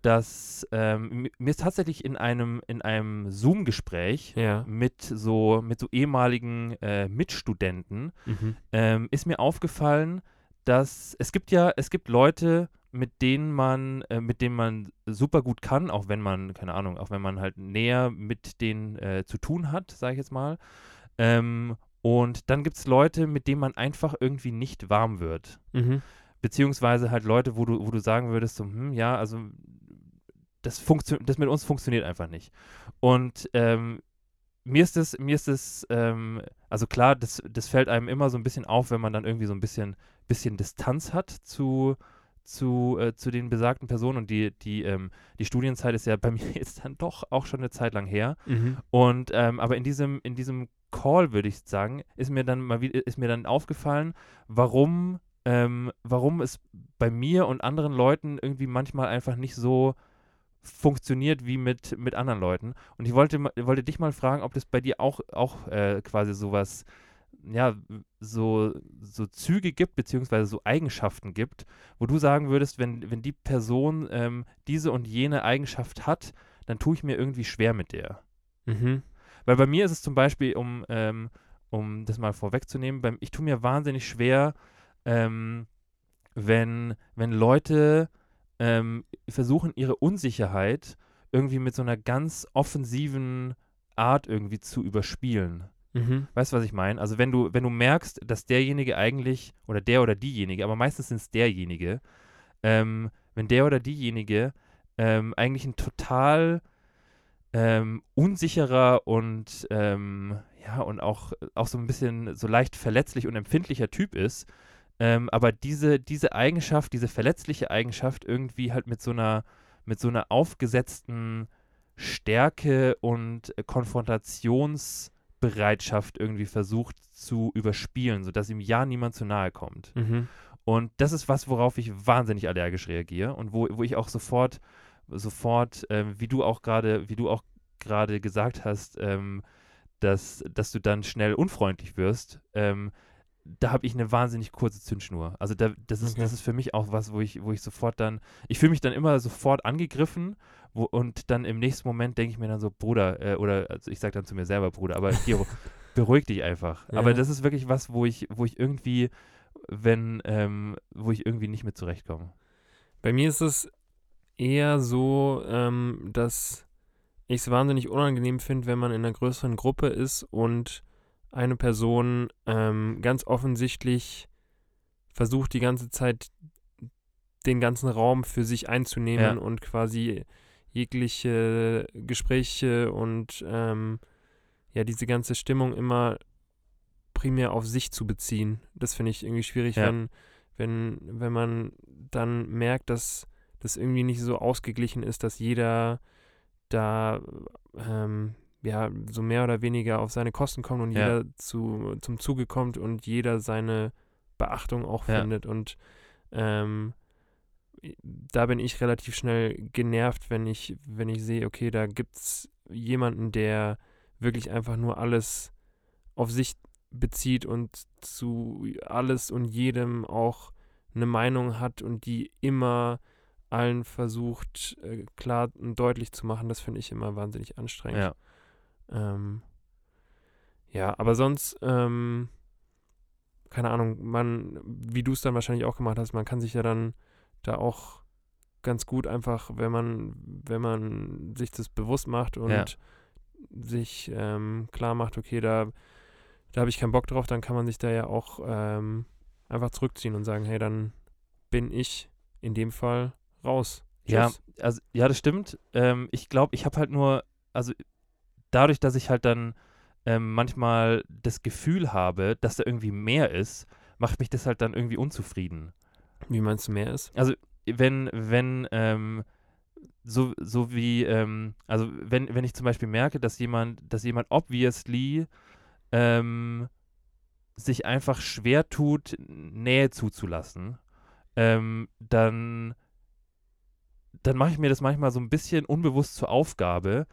[SPEAKER 2] dass ähm, mi- mir ist tatsächlich in einem, in einem Zoom-Gespräch
[SPEAKER 3] Ja.
[SPEAKER 2] mit so, mit so ehemaligen äh, Mitstudenten
[SPEAKER 3] Mhm.
[SPEAKER 2] ähm, ist mir aufgefallen, dass es gibt ja, es gibt Leute, mit denen man, äh, mit denen man super gut kann, auch wenn man, keine Ahnung, auch wenn man halt näher mit denen äh, zu tun hat, sage ich jetzt mal. Ähm, und dann gibt es Leute, mit denen man einfach irgendwie nicht warm wird.
[SPEAKER 3] Mhm.
[SPEAKER 2] Beziehungsweise halt Leute, wo du, wo du sagen würdest, so, hm, ja, also das, funktio- das mit uns funktioniert einfach nicht. Und ähm, mir ist es, mir ist es, ähm, also klar, das, das fällt einem immer so ein bisschen auf, wenn man dann irgendwie so ein bisschen, bisschen Distanz hat zu, zu, äh, zu den besagten Personen. Und die, die, ähm, die Studienzeit ist ja bei mir jetzt dann doch auch schon eine Zeit lang her.
[SPEAKER 3] Mhm.
[SPEAKER 2] Und ähm, aber in diesem, in diesem Call, würde ich sagen, ist mir dann mal wieder, ist mir dann aufgefallen, warum ähm, warum es bei mir und anderen Leuten irgendwie manchmal einfach nicht so funktioniert wie mit, mit anderen Leuten. Und ich wollte, ma- wollte dich mal fragen, ob das bei dir auch, auch äh, quasi sowas, ja, so, so Züge gibt, beziehungsweise so Eigenschaften gibt, wo du sagen würdest, wenn, wenn die Person ähm, diese und jene Eigenschaft hat, dann tue ich mir irgendwie schwer mit der.
[SPEAKER 3] Mhm.
[SPEAKER 2] Weil bei mir ist es zum Beispiel, um, ähm, um das mal vorwegzunehmen, beim, ich tue mir wahnsinnig schwer, ähm, wenn, wenn Leute ähm, versuchen, ihre Unsicherheit irgendwie mit so einer ganz offensiven Art irgendwie zu überspielen.
[SPEAKER 3] Mhm.
[SPEAKER 2] Weißt du, was ich meine? Also wenn du, wenn du merkst, dass derjenige eigentlich, oder der oder diejenige, aber meistens sind es derjenige, ähm, wenn der oder diejenige ähm, eigentlich ein total ähm, unsicherer und ähm, ja, und auch, auch so ein bisschen so leicht verletzlich und empfindlicher Typ ist, ähm, aber diese, diese Eigenschaft, diese verletzliche Eigenschaft irgendwie halt mit so einer, mit so einer aufgesetzten Stärke und Konfrontations- Bereitschaft irgendwie versucht zu überspielen, sodass ihm ja niemand zu nahe kommt.
[SPEAKER 3] Mhm.
[SPEAKER 2] Und das ist was, worauf ich wahnsinnig allergisch reagiere und wo, wo ich auch sofort, sofort, ähm, wie du auch gerade, wie du auch gerade gesagt hast, ähm, dass, dass du dann schnell unfreundlich wirst, ähm, da habe ich eine wahnsinnig kurze Zündschnur. Also da, das, ist,
[SPEAKER 3] Okay.
[SPEAKER 2] das ist für mich auch was, wo ich, wo ich sofort dann, ich fühle mich dann immer sofort angegriffen wo, und dann im nächsten Moment denke ich mir dann so, Bruder, äh, oder also ich sage dann zu mir selber, Bruder, aber Giro, beruhig dich einfach.
[SPEAKER 3] Ja.
[SPEAKER 2] Aber das ist wirklich was, wo ich, wo ich irgendwie, wenn, ähm, wo ich irgendwie nicht mit zurechtkomme.
[SPEAKER 3] Bei mir ist es eher so, ähm, dass ich es wahnsinnig unangenehm finde, wenn man in einer größeren Gruppe ist und eine Person ähm, ganz offensichtlich versucht, die ganze Zeit den ganzen Raum für sich einzunehmen
[SPEAKER 2] Ja.
[SPEAKER 3] und quasi jegliche Gespräche und ähm, ja, diese ganze Stimmung immer primär auf sich zu beziehen. Das finde ich irgendwie schwierig,
[SPEAKER 2] Ja.
[SPEAKER 3] wenn, wenn, wenn man dann merkt, dass das irgendwie nicht so ausgeglichen ist, dass jeder da ähm, ja, so mehr oder weniger auf seine Kosten kommt und
[SPEAKER 2] Ja.
[SPEAKER 3] jeder zu, zum Zuge kommt und jeder seine Beachtung auch
[SPEAKER 2] Ja.
[SPEAKER 3] findet. Und ähm, da bin ich relativ schnell genervt, wenn ich, wenn ich sehe, okay, da gibt es jemanden, der wirklich einfach nur alles auf sich bezieht und zu alles und jedem auch eine Meinung hat und die immer allen versucht, äh, klar und deutlich zu machen. Das finde ich immer wahnsinnig anstrengend.
[SPEAKER 2] Ja.
[SPEAKER 3] Ähm, ja, aber sonst, ähm, keine Ahnung, man, wie du es dann wahrscheinlich auch gemacht hast, man kann sich ja dann da auch ganz gut einfach, wenn man, wenn man sich das bewusst macht und
[SPEAKER 2] Ja.
[SPEAKER 3] sich ähm, klar macht, okay, da, da habe ich keinen Bock drauf, dann kann man sich da ja auch ähm, einfach zurückziehen und sagen, hey, dann bin ich in dem Fall raus.
[SPEAKER 2] Ja,
[SPEAKER 3] Tschüss.
[SPEAKER 2] also ja, das stimmt. Ähm, ich glaube, ich habe halt nur, also dadurch, dass ich halt dann ähm, manchmal das Gefühl habe, dass da irgendwie mehr ist, macht mich das halt dann irgendwie unzufrieden.
[SPEAKER 3] Wie meinst du mehr ist?
[SPEAKER 2] wenn, wenn, ähm, so, so wie, ähm, also wenn, wenn ich zum Beispiel merke, dass jemand, dass jemand obviously ähm, sich einfach schwer tut, Nähe zuzulassen, ähm, dann, dann mache ich mir das manchmal so ein bisschen unbewusst zur Aufgabe,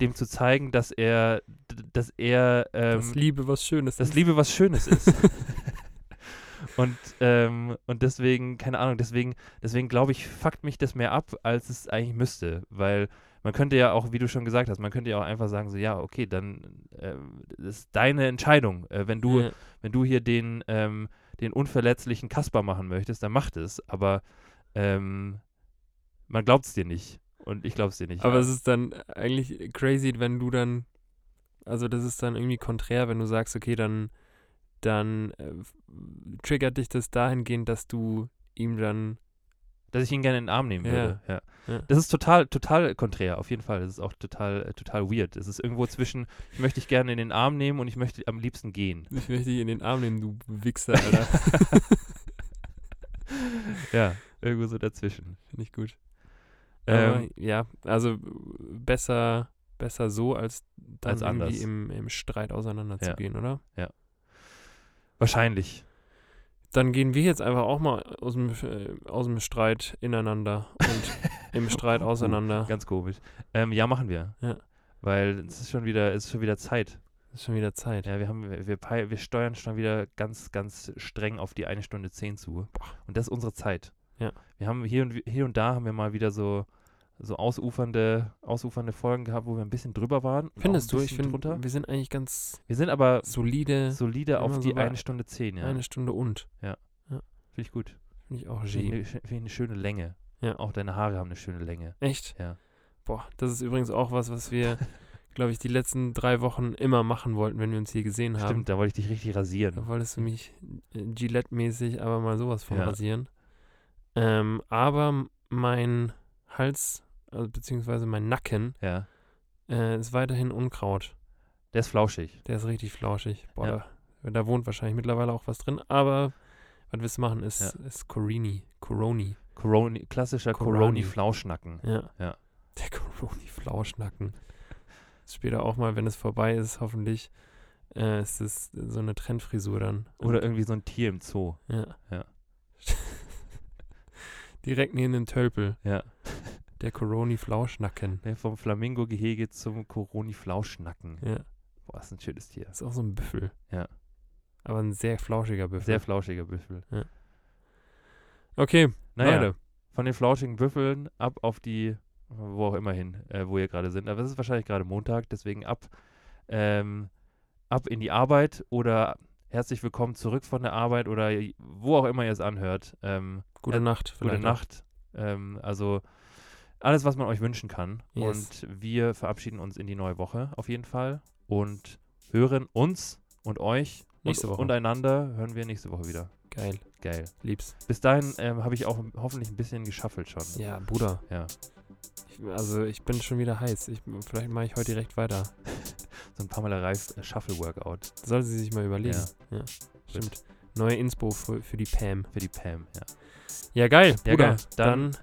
[SPEAKER 2] dem zu zeigen, dass er, d- dass er ähm,
[SPEAKER 3] das Liebe was Schönes.
[SPEAKER 2] dass
[SPEAKER 3] ist.
[SPEAKER 2] Liebe was Schönes ist. und, ähm, und deswegen, keine Ahnung, deswegen, deswegen glaube ich, fuckt mich das mehr ab, als es eigentlich müsste. Weil man könnte ja auch, wie du schon gesagt hast, man könnte ja auch einfach sagen, so, ja, okay, dann äh, das ist deine Entscheidung. Äh, wenn du,
[SPEAKER 3] Ja.
[SPEAKER 2] wenn du hier den, ähm, den unverletzlichen Kasper machen möchtest, dann mach das. Aber ähm, man glaubt es dir nicht. Und ich glaube es dir nicht.
[SPEAKER 3] Aber es ist dann eigentlich crazy, wenn du dann, also das ist dann irgendwie konträr, wenn du sagst, okay, dann, dann äh, f- triggert dich das dahingehend, dass du ihm dann,
[SPEAKER 2] dass ich ihn gerne in den Arm nehmen
[SPEAKER 3] Ja.
[SPEAKER 2] würde. Ja.
[SPEAKER 3] Ja.
[SPEAKER 2] Das ist total, total konträr, auf jeden Fall. Das ist auch total, äh, total weird. Es ist irgendwo zwischen, ich möchte dich gerne in den Arm nehmen und ich möchte am liebsten gehen.
[SPEAKER 3] ich möchte dich in den Arm nehmen, du Wichser, Alter.
[SPEAKER 2] Ja, irgendwo so dazwischen.
[SPEAKER 3] Finde ich gut.
[SPEAKER 2] Ähm,
[SPEAKER 3] Aber, ja, also äh, besser, besser so, als dann
[SPEAKER 2] Als
[SPEAKER 3] irgendwie
[SPEAKER 2] anders.
[SPEAKER 3] im, im Streit auseinanderzugehen, oder?
[SPEAKER 2] Wahrscheinlich.
[SPEAKER 3] Dann gehen wir jetzt einfach auch mal aus dem, äh, aus dem Streit ineinander und im Streit auseinander.
[SPEAKER 2] Ganz komisch. Ähm, ja, machen wir.
[SPEAKER 3] Ja.
[SPEAKER 2] Weil es ist schon wieder, es ist schon wieder Zeit.
[SPEAKER 3] Ist schon wieder Zeit.
[SPEAKER 2] Ja, wir haben, wir, wir pei- wir steuern schon wieder ganz, ganz streng auf die eine Stunde zehn zu. Und das ist unsere Zeit.
[SPEAKER 3] Ja.
[SPEAKER 2] Wir haben hier und hier und da haben wir mal wieder so, so ausufernde, ausufernde Folgen gehabt, wo wir ein bisschen drüber waren. und auch
[SPEAKER 3] Findest
[SPEAKER 2] ein
[SPEAKER 3] du? Ich
[SPEAKER 2] bisschen drunter.
[SPEAKER 3] finde, wir sind eigentlich ganz
[SPEAKER 2] Wir sind aber
[SPEAKER 3] solide.
[SPEAKER 2] solide auf
[SPEAKER 3] immer
[SPEAKER 2] die
[SPEAKER 3] so bei
[SPEAKER 2] eine Stunde zehn, ja.
[SPEAKER 3] Eine Stunde und.
[SPEAKER 2] Finde ich gut.
[SPEAKER 3] Finde ich auch
[SPEAKER 2] Finde ich,
[SPEAKER 3] G.
[SPEAKER 2] eine, sch- finde ich eine schöne Länge.
[SPEAKER 3] Ja.
[SPEAKER 2] Auch deine Haare haben eine schöne Länge.
[SPEAKER 3] Echt?
[SPEAKER 2] Ja.
[SPEAKER 3] Boah, das ist übrigens auch was, was wir, glaube ich, die letzten drei Wochen immer machen wollten, wenn wir uns hier gesehen haben.
[SPEAKER 2] Stimmt, da wollte ich dich richtig rasieren.
[SPEAKER 3] Da wolltest du mich äh, Gillette-mäßig aber mal sowas von
[SPEAKER 2] Ja.
[SPEAKER 3] rasieren. Ähm, aber m- mein Hals, also beziehungsweise mein Nacken,
[SPEAKER 2] Ja.
[SPEAKER 3] äh, ist weiterhin Unkraut.
[SPEAKER 2] Der ist flauschig.
[SPEAKER 3] Der ist richtig flauschig. Boah,
[SPEAKER 2] Ja.
[SPEAKER 3] da, da wohnt wahrscheinlich mittlerweile auch was drin, aber was willst du machen, ist, ist Corini. Coroni.
[SPEAKER 2] Coroni, klassischer
[SPEAKER 3] Coroni.
[SPEAKER 2] Coroni-Flauschnacken.
[SPEAKER 3] Ja.
[SPEAKER 2] Ja.
[SPEAKER 3] Der Coroni-Flauschnacken. Später auch mal, wenn es vorbei ist, hoffentlich, äh, ist es so eine Trendfrisur dann.
[SPEAKER 2] Oder irgendwie so ein Tier im Zoo.
[SPEAKER 3] Ja.
[SPEAKER 2] Ja.
[SPEAKER 3] Direkt neben dem Tölpel.
[SPEAKER 2] Ja.
[SPEAKER 3] Der Coroni-Flauschnacken.
[SPEAKER 2] Ne, vom Flamingo-Gehege zum Coroni-Flauschnacken.
[SPEAKER 3] Ja.
[SPEAKER 2] Boah, ist ein schönes Tier.
[SPEAKER 3] Ist auch so ein Büffel.
[SPEAKER 2] Ja.
[SPEAKER 3] Aber ein sehr flauschiger Büffel.
[SPEAKER 2] Sehr flauschiger Büffel.
[SPEAKER 3] okay,
[SPEAKER 2] Naja,
[SPEAKER 3] Leute.
[SPEAKER 2] von den flauschigen Büffeln ab auf die, wo auch immer hin, äh, wo ihr gerade sind. Aber es ist wahrscheinlich gerade Montag, deswegen ab, ähm, ab in die Arbeit oder herzlich willkommen zurück von der Arbeit oder wo auch immer ihr es anhört. Ähm,
[SPEAKER 3] Gute
[SPEAKER 2] Ja,
[SPEAKER 3] Nacht.
[SPEAKER 2] gute
[SPEAKER 3] vielleicht
[SPEAKER 2] Nacht. Ähm, also alles, was man euch wünschen kann.
[SPEAKER 3] Yes.
[SPEAKER 2] Und wir verabschieden uns in die neue Woche auf jeden Fall und hören uns und euch
[SPEAKER 3] Nächste
[SPEAKER 2] und,
[SPEAKER 3] Woche.
[SPEAKER 2] und einander hören wir nächste Woche wieder.
[SPEAKER 3] auch. Geil.
[SPEAKER 2] Geil.
[SPEAKER 3] Lieb's.
[SPEAKER 2] Bis dahin ähm, habe ich auch hoffentlich ein bisschen geschaffelt schon.
[SPEAKER 3] Ja, Bruder.
[SPEAKER 2] Ja.
[SPEAKER 3] Ich, also, ich bin schon wieder heiß. Ich, vielleicht mache ich heute direkt weiter.
[SPEAKER 2] So ein Pamela Reif äh, Shuffle Workout
[SPEAKER 3] Sollte sie sich mal überlegen. Ja. Stimmt. Neue Inspo für, für die Pam.
[SPEAKER 2] für die Pam. Ja.
[SPEAKER 3] Ja, geil.
[SPEAKER 2] Ja,
[SPEAKER 3] Bruder.
[SPEAKER 2] geil. Dann-
[SPEAKER 3] Dann,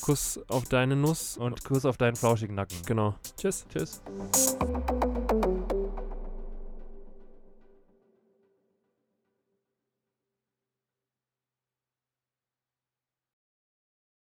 [SPEAKER 3] Kuss auf deine Nuss.
[SPEAKER 2] Und Kuss auf deinen flauschigen Nacken.
[SPEAKER 3] Genau. Tschüss.
[SPEAKER 2] Tschüss.